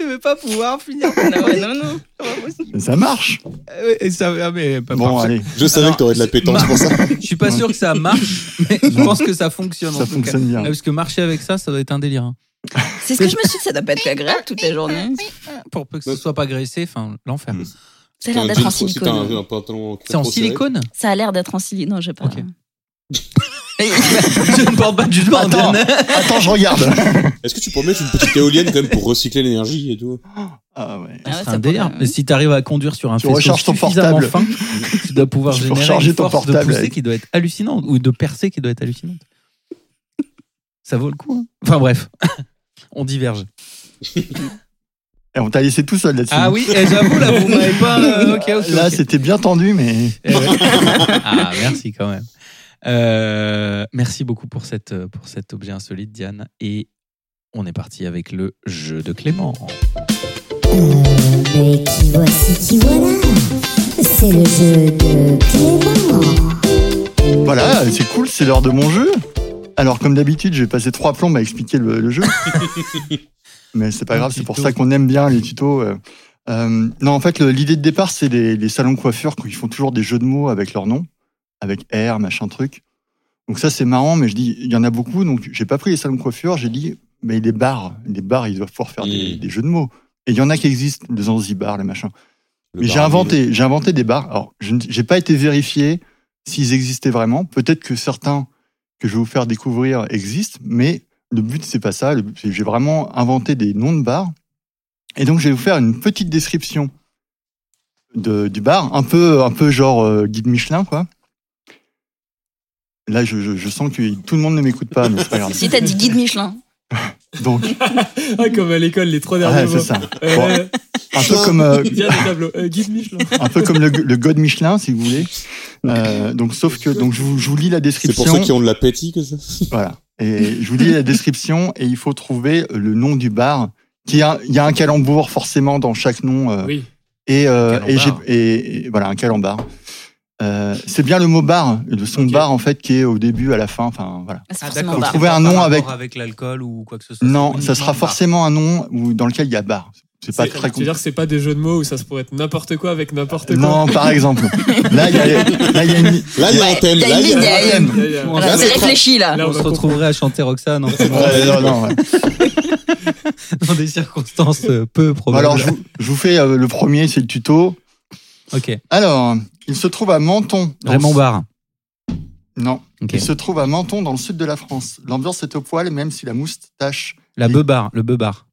S1: Je vais pas pouvoir finir.
S5: Non, ouais, non, non.
S2: Ça marche.
S1: Euh, et ça- ah, mais pas
S2: Bon,
S1: marché.
S2: allez,
S3: Je savais
S1: Alors,
S3: que t'aurais de la
S1: c'est-
S3: pétence
S1: ma-
S3: pour ça.
S1: Je suis pas sûr que ça marche, mais je pense que ça fonctionne. en
S2: ça
S1: tout cas.
S2: fonctionne
S1: Ah,
S2: bien.
S1: Parce que marcher avec ça, ça doit être un délire. hein.
S5: C'est ce que je me suis dit, ça doit pas être agréable toute la journée.
S1: Pour peu que ce soit pas graissé, enfin, l'enfer.
S5: Ça a
S3: T'as
S5: l'air
S3: un
S5: d'être en
S3: jean- si t'as un-
S5: silicone.
S3: un pantalon
S1: C'est en
S3: trop serré.
S1: silicone
S5: Ça a l'air d'être en silicone. Non, j'ai pas.
S1: Eh, Je ne parle pas du sport
S2: Attends, attends, je regarde.
S3: Est-ce que tu pourrais mettre une petite éolienne quand même pour recycler l'énergie et tout
S2: Ah ouais.
S5: Ah ouais,
S1: C'est
S5: ça
S1: un délire.
S5: pourrait-
S1: Mais si t'arrives à conduire sur un
S2: Tu
S1: faisceau
S2: recharges ton
S1: suffisamment
S2: portable.
S1: fin, tu dois pouvoir
S2: Tu peux
S1: générer
S2: recharger
S1: une
S2: ton
S1: force de
S2: portable
S1: poussée
S2: avec.
S1: qui doit être hallucinante ou de percée qui doit être hallucinante. Ça vaut le coup. hein. Enfin bref, on diverge.
S2: Et on t'a laissé tout seul là-dessus.
S1: Ah oui, et j'avoue là, vous m'avez pas. euh, ok, ok.
S2: Là,
S1: ok.
S2: c'était bien tendu, mais
S1: Eh ouais. ah, merci quand même. Euh, merci beaucoup pour, cette, pour cet objet insolite, Diane. Et on est parti avec le jeu de Clément.
S11: Mm,
S12: Mais qui voici, qui voilà C'est le jeu de Clément.
S2: voilà, c'est cool, c'est l'heure de mon jeu. Alors, comme d'habitude, je vais passer trois plombes à expliquer le, le jeu. mais c'est pas
S1: Un
S2: grave, c'est pour
S1: tuto.
S2: ça qu'on aime bien les tutos. euh. Euh, non, en fait, le- l'idée de départ, c'est les, les salons de coiffure qui font toujours des jeux de mots avec leur nom, avec R, machin truc. Donc ça, c'est marrant, mais je dis, il y en a beaucoup, donc j'ai pas pris les salons de coiffure, j'ai dit, mais les bars, les bars, ils doivent pouvoir faire des,
S3: Mm.
S2: des jeux de mots. Et il y en a qui existent, le Zanzibar, les machins.
S3: Le
S2: Mais j'ai
S3: bar à
S2: inventé, j'ai inventé des bars. Alors, je n'ai j'ai pas été vérifié s'ils existaient vraiment. Peut-être que certains que je vais vous faire découvrir existent, mais le but c'est pas ça. Le but, c'est que J'ai vraiment inventé des noms de bars. Et donc, je vais vous faire une petite description de, du bar, un peu, un peu genre euh, guide Michelin, quoi. Là, je, je- je sens que tout le monde ne m'écoute pas, mais c'est pas grave.
S5: Si t'as dit guide Michelin.
S2: Donc,
S4: Ah, comme à l'école, les trois
S2: ah,
S4: derniers
S2: c'est
S4: mots.
S2: ça.
S4: Euh,
S2: Bon,
S4: euh,
S2: un peu comme, euh,
S4: tiens, le tableau. Euh, Guide Michelin.
S2: un peu comme le, le God Michelin, si vous voulez. Euh, donc, sauf que donc je vous, je vous lis la
S3: C'est
S2: description.
S3: pour ceux qui ont de l'appétit que ça
S2: Voilà. Et je vous lis la description et il faut trouver le nom du bar. Qui a, il y a un calembour forcément dans chaque nom.
S1: Ah
S2: euh,
S4: Oui.
S2: et, euh, et, j'ai-
S1: Calembar.
S2: et- et voilà, un calembar. Euh, c'est bien le mot bar, le son
S4: Ok.
S2: bar en fait qui est au début, à la fin. Enfin voilà.
S5: Ah, c'est forcément
S2: d'accord.
S5: bar.
S2: Trouver un nom avec-
S1: avec l'alcool ou quoi que ce soit.
S2: Non,
S1: c'est
S2: ça sera
S1: uniquement
S2: forcément un nom où, dans lequel il y a bar. C'est pas très compliqué.
S4: C'est-à-dire que c'est pas des jeux de mots où ça se pourrait être n'importe quoi avec n'importe quoi.
S2: Non, par exemple. Là, il y a, là, il y a une.
S3: Là, il y a un
S5: Ouais,
S3: thème.
S5: il y a
S3: Là,
S5: une
S3: il y a-
S5: ligne, il y a une-
S4: Là, il y a-
S5: Voilà,
S3: Là,
S5: C'est
S3: c'est
S5: réfléchi là.
S4: Là,
S1: bar. On se retrouverait à chanter Roxane en-
S2: Ouais, non, non, ouais.
S1: dans des circonstances euh, peu
S2: Bon,
S1: probables.
S2: alors, je vous, je vous fais euh, le premier, c'est le tuto.
S1: Ok,
S2: Alors, il se trouve à Menton. dans le
S1: Raymond
S2: s-
S1: Barre.
S2: Non.
S1: Ok.
S2: Il se trouve à Menton, dans le sud de la France. L'ambiance est au poil, même si la moustache
S1: La
S2: Oui.
S1: Beubar, le Beubar.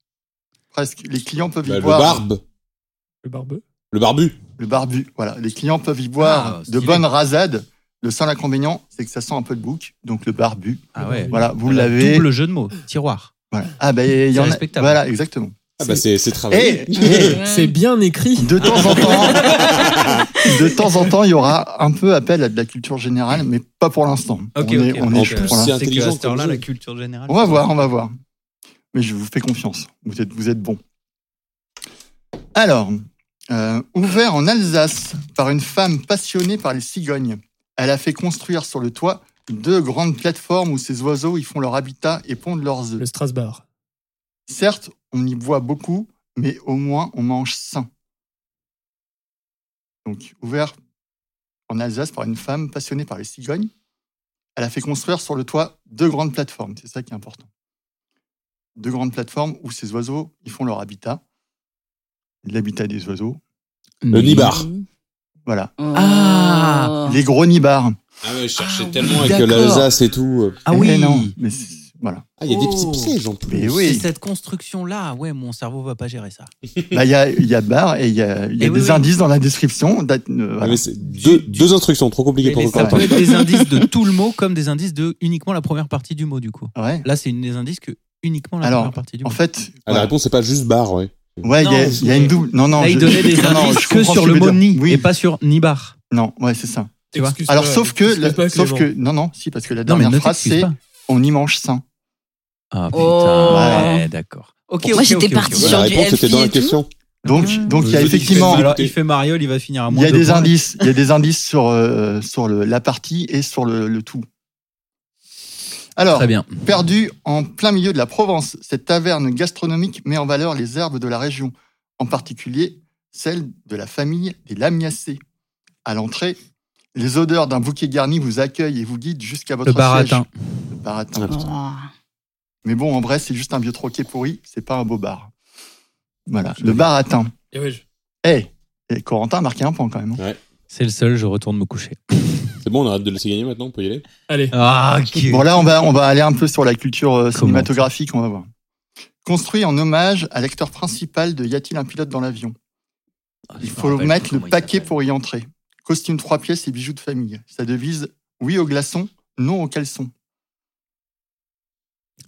S2: presque. Les clients peuvent y
S3: Bah, Le
S2: boire.
S3: barbe.
S4: Le barbeux.
S3: Le barbu.
S2: Le barbu. Voilà. Les clients peuvent y boire
S1: Ah,
S2: de
S1: stylé.
S2: bonnes rasades. Le seul inconvénient, c'est que ça sent un peu de bouc. Donc, le barbu.
S1: Ah ouais.
S2: Voilà, vous
S1: Voilà,
S2: l'avez.
S1: Double jeu de mots, tiroir.
S2: Voilà. Ah, ben, il y
S1: C'est
S2: en a.
S1: respectable.
S2: Voilà, exactement.
S3: Ah bah c'est c'est travaillé.
S1: Eh,
S2: Et, et
S4: C'est bien écrit.
S2: de temps en temps, de temps en temps, il y aura un peu appel à de la culture générale, mais pas pour l'instant.
S1: Ok,
S2: On est-
S1: ok.
S2: on est-
S1: donc,
S3: je-
S1: euh,
S2: voilà.
S3: c'est
S1: c'est
S3: intelligent
S1: qu'à cette
S3: comme
S1: heure-là,
S3: jeu.
S1: la culture générale.
S2: On va voir, on va voir. Mais je vous fais confiance. Vous êtes, vous êtes bon. Alors, euh, ouvert en Alsace par une femme passionnée par les cigognes, elle a fait construire sur le toit deux grandes plateformes où ces oiseaux y font leur habitat et pondent leurs œufs.
S4: Le Strasbourg.
S2: Certes, on y boit beaucoup, mais au moins on mange sain. Donc, ouvert en Alsace par une femme passionnée par les cigognes, elle a fait construire sur le toit deux grandes plateformes. C'est ça qui est important. Deux grandes plateformes où ces oiseaux, ils font leur habitat. L'habitat des oiseaux.
S3: Le nibar.
S2: Voilà.
S1: Ah.
S5: Oh.
S2: Les gros nibards.
S3: Ah ouais, je cherchais
S1: Ah
S3: tellement
S1: oui,
S3: avec
S1: d'accord.
S3: l'Alsace et tout.
S1: Ah
S2: Eh
S1: oui,
S2: non. Mais c'est- voilà.
S3: Ah, il y a des petits
S1: Oh.
S3: pièges en plus.
S2: Mais
S1: C'est
S2: oui.
S1: cette construction-là, ouais, mon cerveau va pas gérer ça.
S2: Bah, Il y, a, il y a bar et il y a, il y a
S1: Eh oui,
S2: des
S1: oui.
S2: indices dans la description. Date- euh,
S3: Ah,
S2: voilà.
S3: mais c'est deux, deux instructions trop compliquées
S1: Mais
S3: pour
S1: ça
S3: comprendre.
S1: peut être des indices de tout le mot comme des indices de uniquement la première partie du mot, du coup.
S2: Ouais.
S1: Là, c'est une des indices que uniquement la
S2: Alors,
S1: première partie du
S2: En
S1: mot.
S2: fait,
S3: Ah, la réponse c'est pas juste barre, ouais.
S2: Ouais, il y, a-
S1: Non,
S2: il y a une double. Non, non,
S1: Là, il
S2: je-
S1: donnait des
S2: non, non,
S1: indices
S2: je
S1: que
S2: comprends ce
S1: sur
S2: que
S1: le
S2: tu
S1: mot
S2: veux dire.
S1: ni
S2: Oui.
S1: et pas sur nibar.
S2: Non, ouais, c'est ça.
S1: Tu vois
S4: Excuse-toi,
S2: Alors, sauf que,
S4: excuse-toi,
S2: la- sauf
S4: Clément.
S2: que, non, non, si, parce que la
S1: Non, mais
S2: dernière
S1: ne
S2: phrase,
S1: t'excuse
S2: c'est
S1: pas.
S2: on y mange sain.
S1: Ah putain,
S5: Oh.
S1: ouais, d'accord. Ok,
S5: Moi,
S1: ok,
S5: j'étais
S1: ok, ok,
S5: partie
S1: ok.
S5: sur
S3: la
S5: du
S3: réponse était
S5: LP
S3: dans
S5: et
S3: la
S5: tout
S3: question.
S2: Donc, donc il y a
S3: Je dis
S2: effectivement,
S3: qu'il
S1: Alors, il fait Mariol, il va finir à
S2: il y
S1: moins
S2: a
S1: de
S2: des
S1: points.
S2: indices, il y a des indices sur, euh, sur le- la partie et sur le, le tout. Alors,
S1: Très bien.
S2: Perdue en plein milieu de la Provence, cette taverne gastronomique met en valeur les herbes de la région, en particulier celles de la famille des Lamiacées. À l'entrée, les odeurs d'un bouquet garni vous accueillent et vous guident jusqu'à votre
S1: Le
S2: siège.
S1: baratin.
S2: Le baratin.
S3: Ah,
S5: Oh.
S2: Mais bon, en vrai, c'est juste un vieux troquet pourri, c'est pas un beau bar. Voilà, le bar atteint.
S4: Et ouais, je-
S2: Eh, et Corentin a marqué un point quand même. hein.
S1: C'est le seul, je retourne me coucher.
S3: C'est bon, on arrête de laisser gagner maintenant, on peut y aller.
S4: Allez.
S1: Ah, ok.
S2: Bon, là, on va, on va aller un peu sur la culture euh, cinématographique, on va voir. Construit en hommage à l'acteur principal de Y a-t-il un pilote dans l'avion
S1: Ah,
S2: Il faut mettre le paquet pour y entrer. Costume trois pièces et bijoux de famille. Sa devise oui au glaçon, non au caleçon.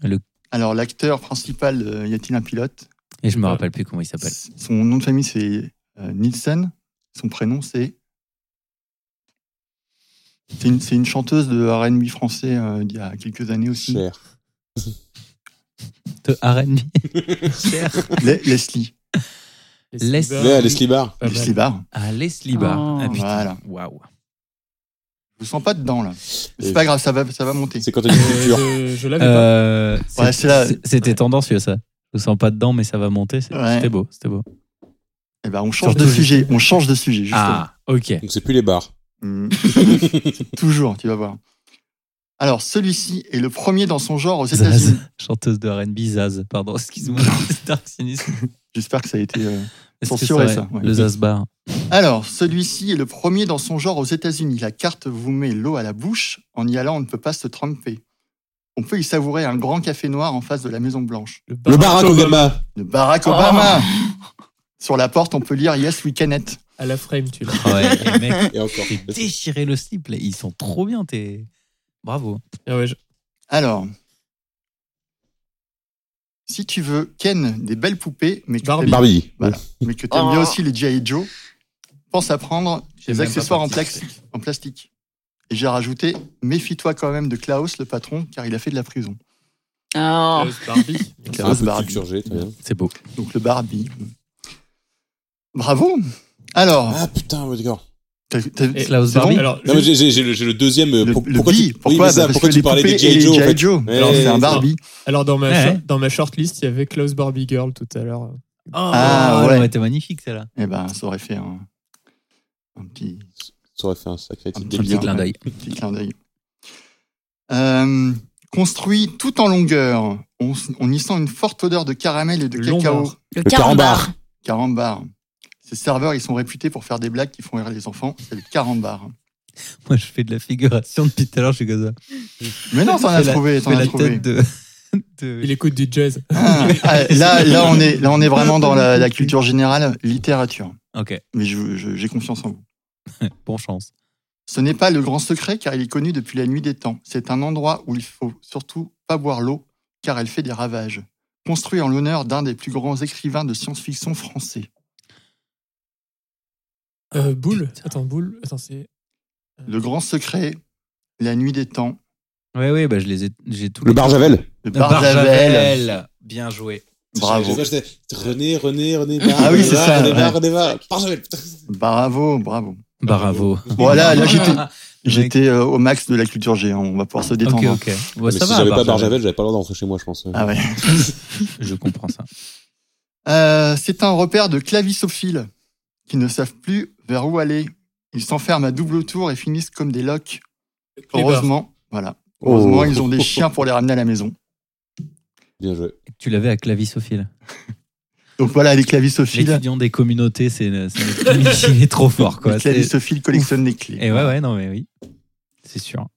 S1: Le-
S2: Alors, l'acteur principal de Y a-t-il un pilote
S1: Et je me rappelle plus comment il s'appelle.
S2: Son nom de famille, c'est euh, Nielsen. Son prénom, c'est. C'est une, c'est une chanteuse de RB français euh, il y a quelques années aussi.
S3: Cher.
S1: De R&B.
S4: Cher.
S2: Le- Leslie.
S1: Leslie
S4: Barr.
S3: Là, Leslie Barr.
S4: Pas mal.
S2: Leslie Barr.
S1: Ah, Leslie Bar.
S5: Oh.
S1: Ah, putain.
S2: Voilà.
S1: Waouh.
S2: Je ne sens pas dedans, là.
S3: Et-
S2: C'est pas grave, ça va, ça va monter.
S3: C'est quand t'as une culture.
S4: Euh, je je l'avais pas.
S1: Euh, c'est-
S2: Ouais, c'est là.
S1: c'est- C'était tendancieux, ça. Je vous sens pas dedans, mais ça va monter. C'est-
S2: Ouais.
S1: C'était beau, c'était beau.
S2: Eh ben, on change de
S1: Surtout-
S2: sujet. On change de sujet, justement.
S1: Ah, ok.
S3: Donc c'est plus les bars.
S2: Mm. Toujours, tu vas voir. Alors, celui-ci est le premier dans son genre aux
S1: Zaz,
S2: États-Unis.
S1: chanteuse de R&B, Zaz. Pardon, excuse-moi. c'est Dark Sinistre.
S2: J'espère que ça a été. euh,
S1: Est-ce que
S2: Censuré,
S1: ça,
S2: ça, ouais.
S1: Le Zaz Bar.
S2: Alors, celui-ci est le premier dans son genre aux États-Unis. La carte vous met l'eau à la bouche. En y allant, on ne peut pas se tromper. On peut y savourer un grand café noir en face de la Maison Blanche.
S3: Le Barack Obama.
S2: De Barack Obama Sur la porte, on peut lire Yes, we can it.
S4: À la frame, tu l'as.
S1: Ouais, les mecs,
S3: Et encore.
S1: j'ai déchiré le slip. là. Ils sont trop bien, t'es. Bravo.
S4: Ah ouais, je-
S2: Alors. Si tu veux ken des belles poupées, mais que
S4: Barbie.
S2: t'aimes-
S3: Barbie.
S2: Voilà. mais que t'aimes bien aussi les G.I. Joe, pense à prendre
S4: J'ai
S2: des
S4: même pas
S2: accessoires en
S4: participé.
S2: plastique. En plastique. Et j'ai rajouté, méfie-toi quand même de Klaus, le patron, car il a fait de la prison.
S5: Oh.
S4: Euh, Barbie.
S3: C'est un
S2: Klaus
S3: peu de
S2: Barbie.
S3: culture G, très bien.
S1: C'est beau.
S2: Donc le Barbie. Bravo Alors,
S3: Ah putain, ouais, d'accord.
S2: t'as- t'as-
S4: Et-
S1: Klaus
S2: c'est
S1: Barbie.
S2: bon
S4: Alors,
S3: Non, mais j'ai- j'ai j'ai le, j'ai le deuxième. euh,
S2: le,
S3: pour-
S2: le
S3: pourquoi
S2: bi,
S3: tu, oui,
S2: pourquoi
S3: mais ça,
S2: Bah,
S3: pourquoi
S2: que
S3: tu
S2: les
S3: parlais des
S2: poupées et
S3: G.I.
S2: les
S3: Joe, en
S2: G.I.
S3: fait
S2: Joe.
S3: Ouais,
S2: Alors c'est un
S3: ouais,
S2: Barbie.
S4: alors dans, ma
S1: Ouais.
S4: short- dans ma shortlist, il y avait Klaus Barbie Girl tout à l'heure. Oh,
S2: Ah,
S1: elle
S2: ouais.
S1: aurait été magnifique, celle-là.
S2: Eh ben, ça aurait fait un, un petit,
S3: Ça aurait fait un sacré
S2: un
S3: type
S2: petit
S1: petit
S2: lien,
S1: clin
S2: ouais.
S1: d'œil.
S2: Petit clin d'œil. Euh, construit tout en longueur. On, s- on y sent une forte odeur de caramel et de
S4: Lombard.
S2: cacao.
S5: Le
S3: carambar.
S5: carambar.
S2: Carambar. Ces serveurs, ils sont réputés pour faire des blagues qui font rire les enfants. C'est le carambar.
S1: Moi, je fais de la figuration depuis tout à l'heure, je suis comme ça.
S2: Mais non, t'en
S1: Je
S2: as
S1: fais la-
S2: trouvé,
S1: je
S2: t'en
S1: fais
S2: as
S1: la
S2: trouvé.
S1: tête de. de-
S4: Il écoute du jazz.
S2: Ah, ah, là, là, on est, là, on est vraiment dans la, la culture générale, littérature.
S1: Ok,
S2: Mais je- je- j'ai confiance en vous.
S1: bon chance.
S2: Ce n'est pas le grand secret, car il est connu depuis la nuit des temps. C'est un endroit où il faut surtout pas boire l'eau, car elle fait des ravages. Construit en l'honneur d'un des plus grands écrivains de science-fiction français.
S4: Euh, boule. Attends, boule. Attends, c'est.
S2: Le grand secret, la nuit des temps,
S1: Ouais, ouais, bah, je les ai, j'ai tous
S3: Le
S1: les-
S3: bar Javel.
S1: Le
S2: le Barjavel.
S1: Barjavel. Bien joué.
S2: Bravo.
S3: J'ai- j'ai- j'ai- René, René, René Bar.
S2: Ah oui, c'est ça,
S3: René
S2: ouais.
S3: Bar, René Bar. Bar Javel. putain.
S2: Bravo, bravo.
S1: Bravo.
S2: Voilà, Ah, là, j'étais-
S1: Le mec-
S2: J'étais euh, au max de la culture G, hein, on va pouvoir se
S1: Ok,
S2: détendre.
S1: ok. Bon,
S3: Mais
S1: ça
S3: si
S1: va. à
S3: j'avais pas
S1: part
S3: Bar
S1: Javel.
S3: Javel, j'avais pas le droit d'entrer chez moi, je pense.
S2: Ah ouais.
S1: Je comprends ça.
S2: Euh, c'est un repère de clavissophiles qui ne savent plus vers où aller. Ils s'enferment à double tour et finissent comme des loques. Heureusement, voilà. Heureusement,
S3: Oh.
S2: ils ont des chiens pour les ramener à la maison.
S3: Bien joué.
S1: Tu l'avais à Clavisophile.
S2: Donc voilà, les clavissophiles,
S1: L'étudiant des communautés, c'est c'est notre ami, il est trop fort, quoi.
S2: les
S1: C'est-
S2: clavissophiles collectionnent les clés.
S1: Et ouais, ouais, non, mais oui. C'est sûr.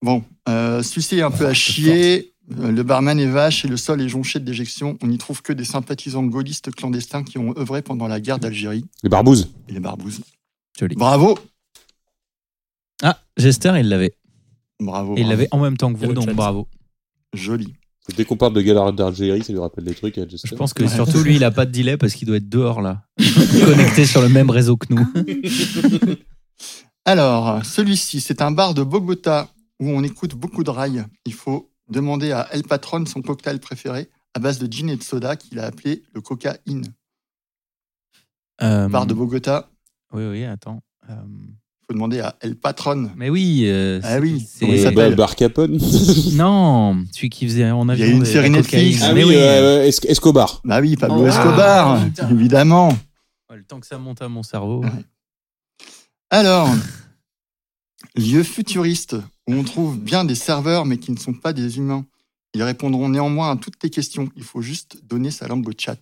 S2: Bon,
S1: Eh.
S2: euh, celui-ci est un
S1: Ah,
S2: peu à chier. Euh, Le barman est vache et le sol est jonché de déjections. On n'y trouve que des sympathisants gaullistes clandestins qui ont œuvré pendant la guerre d'Algérie
S3: Les barbouzes.
S2: et les barbouzes.
S1: Joli.
S2: Bravo
S1: Ah, Jester, il l'avait.
S2: Bravo.
S1: Et il
S2: Oh, bravo.
S1: l'avait en même temps que
S4: Et
S1: vous,
S4: le
S1: donc
S4: chat.
S1: bravo.
S2: Joli.
S3: Dès qu'on parle de galère d'Algérie, ça lui rappelle des trucs.
S1: Je pense que surtout lui, il a pas de delay parce qu'il doit être dehors, là. Connecté sur le même réseau que nous.
S2: Alors, celui-ci, c'est un bar de Bogota où on écoute beaucoup de rails. Il faut demander à El Patron son cocktail préféré à base de gin et de soda qu'il a appelé le coca-in.
S1: Euh,
S2: Bar de Bogota,
S1: Oui, oui, attends. Euh,
S2: il faut demander à El Patron.
S1: Mais oui. euh,
S2: Ah
S1: c'est-
S2: oui,
S1: c'est-
S2: comment il s'appelle
S3: Bar, bar Capone.
S1: Non, celui qui faisait en
S2: y a
S1: avion.
S2: une
S1: de la
S2: série Netflix.
S1: cocaïne.
S3: Ah
S1: Mais
S3: oui, euh, Esc- Escobar.
S2: Bah oui, Pablo
S1: Oh,
S2: Escobar,
S1: ah, putain.
S2: évidemment.
S1: Ouais, Le temps que ça monte à mon cerveau.
S2: Alors, lieu futuriste où on trouve bien des serveurs mais qui ne sont pas des humains. Ils répondront néanmoins à toutes tes questions. Il faut juste donner sa langue au chat.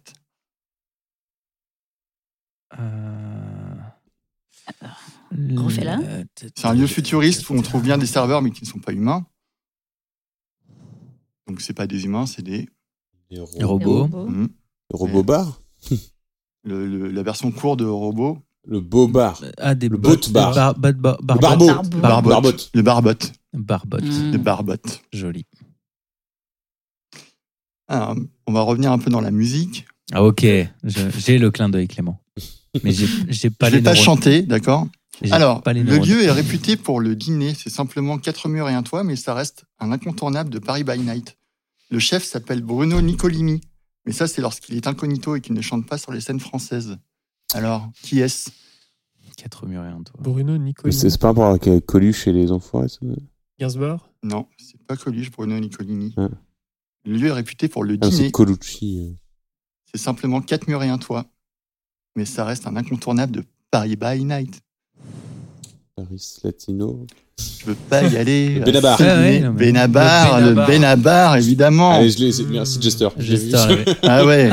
S1: Euh,
S5: Refais-la.
S2: C'est un lieu futuriste où on trouve bien des serveurs mais qui ne sont pas humains. Donc c'est pas des humains, c'est des
S3: Les
S1: Les robots.
S2: Mhm.
S3: Robot bar
S2: Le- le- la version courte de robot.
S3: Le beau bar.
S1: Ah, des
S3: Le
S1: bots-
S3: bot bar.
S1: des bar- bot- bar-
S3: Le
S1: barbot.
S3: barbeau.
S5: Barbot.
S2: Barbot.
S3: Barbot.
S2: Le barbot.
S1: Barbot.
S5: Mm.
S2: Le barbot.
S1: Joli.
S2: Ah, on va revenir un peu dans la musique.
S1: Ah, ok. Je- J'ai le clin d'œil, Clément. Mais j'ai j'ai pas
S2: je
S1: les
S2: vais pas
S1: neurones.
S2: chanter, d'accord
S1: J'ai
S2: Alors,
S1: pas les
S2: le
S1: neurones.
S2: lieu est réputé pour le dîner. C'est simplement quatre murs et un toit, mais ça reste un incontournable de Paris by Night. Le chef s'appelle Bruno Nicolini. Mais ça, c'est lorsqu'il est incognito et qu'il ne chante pas sur les scènes françaises. Alors, qui est-ce
S1: Quatre murs et un toit.
S4: Bruno
S3: Mais
S4: Nicolas
S3: C'est c'est pas par rapport avec Coluche et les enfoirés. ça
S4: Gainsbourg.
S2: Non, c'est pas Coluche, Bruno Nicolini.
S3: Ouais.
S2: Le lieu est réputé pour le
S3: Ah,
S2: dîner.
S3: C'est Colucci. euh,
S2: C'est simplement quatre murs et un toit. Mais ça reste un incontournable de Paris by Night.
S3: euh, Paris Latino.
S2: Je veux pas y aller. à
S3: Benabar.
S2: Sydney.
S1: Ah ouais, non, mais-
S2: Benabar,
S1: Le
S2: le
S1: Benabar.
S2: Benabar, évidemment.
S3: Allez, Ah, je l'ai. c'est- Merci, Jester. J'ai vu.
S1: Juste un, ouais.
S2: Ah ouais.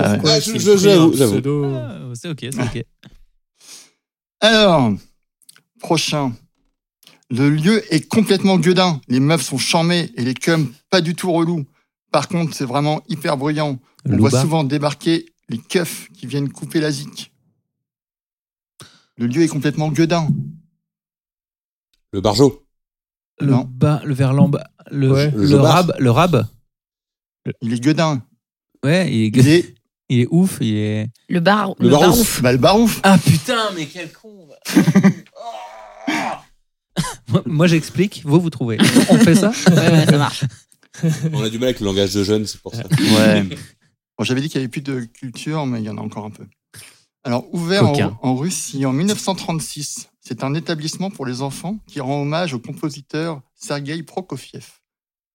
S2: Ah ouais.
S3: Ouais, je-
S4: C'est
S3: je-
S4: pris un
S3: J'avoue. j'avoue.
S4: pseudo.
S1: Ah, C'est ok, c'est ok.
S2: Alors, prochain. Le lieu est complètement gueudin. Les meufs sont charmées et les cums pas du tout relous. Par contre, c'est vraiment hyper bruyant. On voit
S1: Louba.
S2: souvent débarquer les keufs qui viennent couper la zik. Le lieu est complètement gueudin.
S3: Le Barjo.
S1: Le
S2: Non.
S1: bas, le verlambe, le,
S4: Ouais.
S1: le,
S3: Le bar.
S1: rab, le rab.
S2: Il est gueudin.
S1: Ouais, il
S2: Il
S1: est,
S2: est
S1: il est ouf, il est.
S5: Le bar.
S3: Le barouf.
S5: barouf.
S2: bah, le barouf.
S1: Ah putain, mais quel con Moi, moi, j'explique, vous vous trouvez. On fait ça
S5: Ouais, ouais, ça marche.
S3: On a du mal avec le langage de jeunes, c'est pour ça.
S2: Ouais. Bon, J'avais dit qu'il n'y avait plus de culture, mais il y en a encore un peu. Alors, ouvert
S1: Coquin.
S2: en, en Russie en 1936, c'est un établissement pour les enfants qui rend hommage au compositeur Sergueï Prokofiev.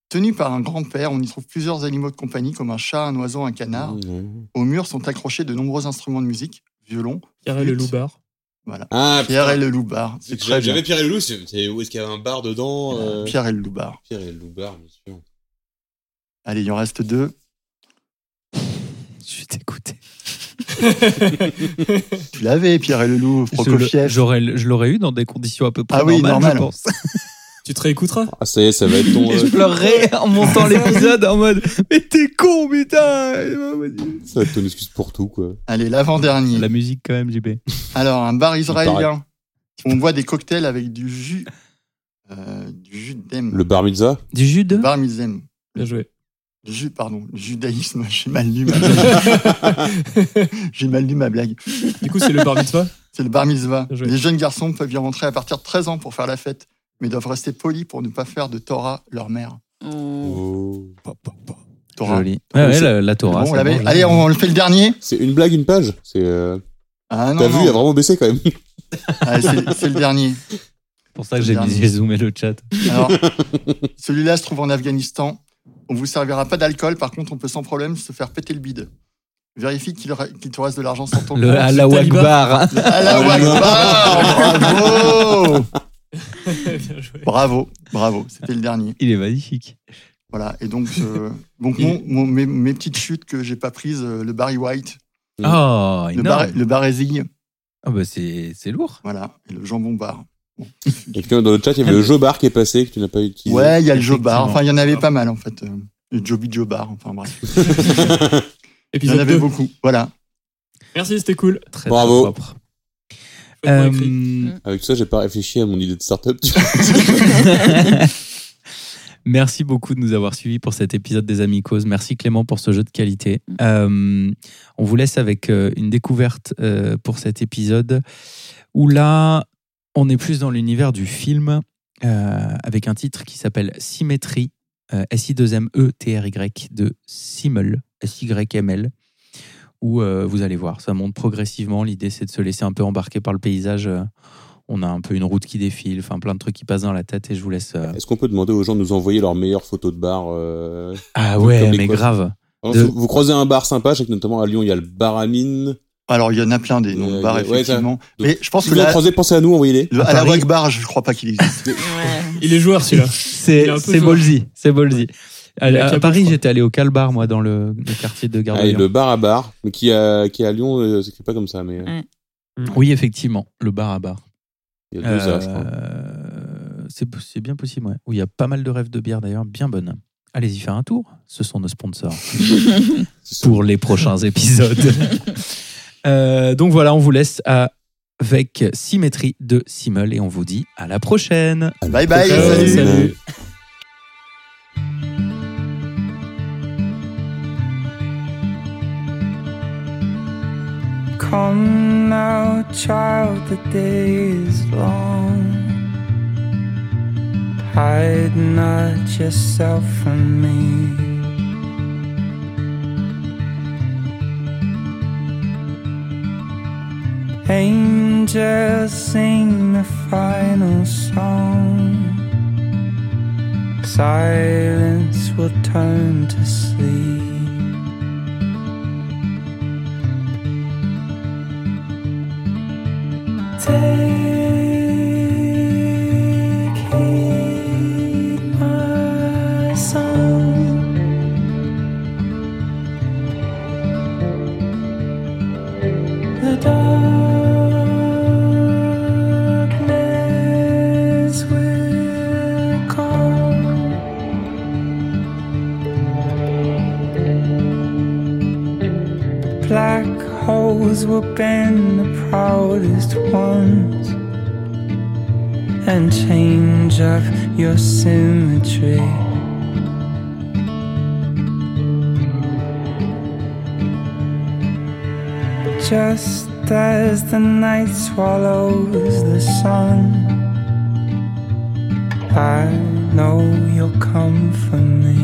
S2: Tenu par un grand-père, on y trouve plusieurs animaux de compagnie comme un chat, un oiseau, un canard.
S3: Mmh.
S2: Au mur sont accrochés de nombreux instruments de musique, violon,
S4: Pierre et le
S2: Flûte.
S4: loubar.
S3: Ah,
S2: Pierre
S3: putain.
S2: et le loupard. C'est très
S3: J'avais
S2: bien.
S3: j'avais Pierre et le Loup, c'est c'est- où est-ce qu'il y avait un bar dedans euh,
S2: Pierre et le loupard.
S3: Pierre et le Loup bar, bien sûr.
S2: Allez, il en reste deux.
S1: Je suis dégoûté.
S2: Tu l'avais, Pierre et le loup,
S1: Je le-
S2: Prokofiev.
S1: j'aurais- je l'aurais eu dans des conditions à peu près
S2: Ah oui,
S1: normales, je
S2: normal.
S1: pense.
S4: Tu te réécouteras
S3: Ah, ça y est, ça va être ton.
S1: Et je
S3: euh,
S1: pleurerais en montant l'épisode en mode Mais t'es con, putain
S3: euh, ça va être ton excuse pour tout, quoi.
S2: Allez, l'avant-dernier.
S1: La musique, quand même, JB.
S2: Alors, un bar israélien. On boit des cocktails avec du jus. euh, du jus d'em.
S3: Le bar mitzvah
S1: Du jus de
S2: bar mitzem.
S4: Bien joué.
S2: Du jus, pardon. Du judaïsme. J'ai mal lu ma blague. J'ai mal lu ma blague.
S4: Du coup, c'est le bar mitzvah.
S2: C'est le bar mitzvah.
S4: Bien joué.
S2: Les jeunes garçons peuvent y rentrer à partir de 13 ans pour faire la fête, mais doivent rester polis pour ne pas faire de Torah leur mère.
S5: Ouh.
S3: Oh.
S2: Torah.
S1: Joli. Ouais, ouais, la, la Torah.
S2: Bon, on
S1: c'est
S2: l'avait-
S1: bon,
S2: Allez, on le fait le dernier.
S3: C'est une blague, une page C'est. euh,
S2: Ah non,
S3: T'as vu,
S2: non.
S3: il a vraiment baissé quand même.
S2: Ah, c'est c'est le dernier.
S1: C'est pour ça que j'ai
S2: Dernier.
S1: mis- j'ai zoomé le chat.
S2: Alors, celui-là se trouve en Afghanistan. On vous servira pas d'alcool, par contre, on peut sans problème se faire péter le bide. Vérifie qu'il re- qu'il te reste de l'argent sur ton
S1: Le
S2: compte.
S1: Allah
S4: Taliban.
S1: Akbar. hein.
S2: Le Allahu Akbar Bravo
S4: Bien joué.
S2: Bravo, bravo, c'était le dernier.
S1: Il est magnifique.
S2: Voilà, et donc, euh, donc
S1: Il-
S2: mon- mon- mes, mes petites chutes que j'ai pas prises, euh, le Barry White,
S3: Mm.
S1: Oh,
S2: le, bar,
S1: énorme.
S2: le Barésil,
S1: Ah bah c'est c'est lourd.
S2: voilà, et le jambon bar.
S3: Et puis dans le chat, il y avait le Jobar qui est passé, que tu n'as pas utilisé.
S2: Ouais, il y a le Joe Bar,
S1: effectivement.
S2: enfin, il y en avait pas mal en fait. euh, Le Joby Joe Bar, enfin bref. Il y en
S4: Épisode
S2: avait
S4: 2.
S2: beaucoup, voilà.
S4: Merci, c'était cool.
S1: Très,
S3: Bravo.
S1: très propre.
S4: Complètement écrit.
S1: Euh,
S3: Avec ça, j'ai pas réfléchi à mon idée de start-up. tu vois.
S1: Merci beaucoup de nous avoir suivis pour cet épisode des Amicos. Merci Clément pour ce jeu de qualité. Euh, on vous laisse avec euh, une découverte euh, pour cet épisode où là, on est plus dans l'univers du film euh, avec un titre qui s'appelle Symétrie, euh, S-I-2-M-E-T-R-Y de Simmel, S-Y-M-L, où euh, vous allez voir, ça monte progressivement. L'idée, c'est de se laisser un peu embarquer par le paysage. euh, on a un peu une route qui défile, enfin plein de trucs qui passent dans la tête et je vous laisse. euh,
S3: Est-ce qu'on peut demander aux gens de nous envoyer leurs meilleures photos de bar euh,
S1: Ah
S3: Comme
S1: ouais,
S3: les
S1: mais
S3: coiffes.
S1: grave.
S3: Alors,
S1: De-
S3: Vous vous croisez un bar sympa, je sais que notamment à Lyon, il y a le bar à mine.
S2: Alors, il y en a plein des noms
S3: Euh,
S2: de bars,
S3: ouais, ça-
S2: effectivement.
S3: donc,
S2: Mais je pense
S3: Si
S2: que
S3: vous en
S2: là,
S3: croisez, pensez à nous, envoyez-les.
S2: le,
S1: à
S2: à, la
S1: Paris-
S2: Wag Bar, je crois pas qu'il existe.
S5: Oh, Ouais.
S4: Il est joueur, celui-là.
S1: C'est
S4: Il est un peu
S1: c'est
S4: fort.
S1: ballsy, c'est ballsy. À,
S4: Il y a hein.
S1: à
S4: Capot, je
S1: Paris,
S4: crois.
S1: j'étais allé au Calbar, moi, dans le, le quartier de Gare de
S6: Ah, et
S1: Lyon.
S6: le bar à bar, mais qui, à- qui à Lyon euh, s'écrit pas comme ça, mais euh,
S13: Ouais.
S1: Oui, effectivement, le bar à bar.
S6: il y a deux
S1: Euh,
S6: A, je crois.
S1: c'est po- c'est bien possible, ouais. Où il y a pas mal de rêves de bière d'ailleurs, bien bonnes. Allez-y faire un tour, ce sont nos sponsors pour les prochains épisodes. Euh, donc voilà, on vous laisse à- avec Symétrie de Simmel et on vous dit à la prochaine.
S2: Bye bye,
S1: Ciao,
S2: salut.
S1: salut.
S5: Come now, child, the day is long. Hide not yourself from me. Angels sing the final song. Silence will turn to sleep. Take heed, my son. The darkness will come. Black holes will bend the proudest ones and change up your symmetry. Just as the night swallows the sun, I know you'll come for me.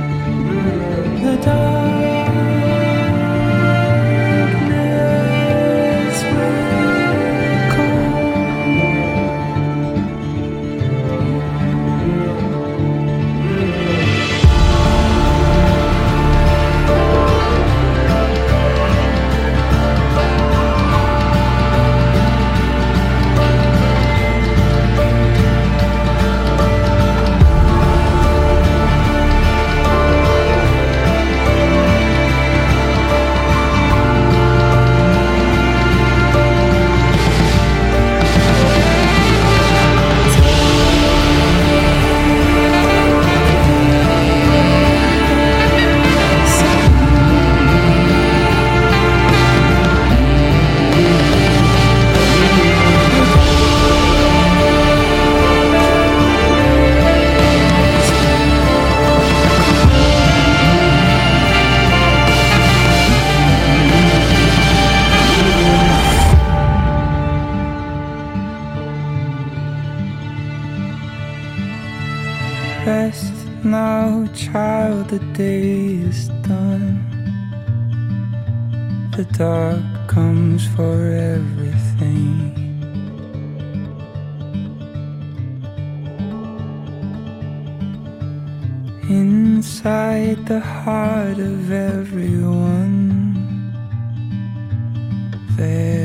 S5: The darkness will come. Rest now, child, the day is done. The dark comes for everything. Inside the heart of everyone, there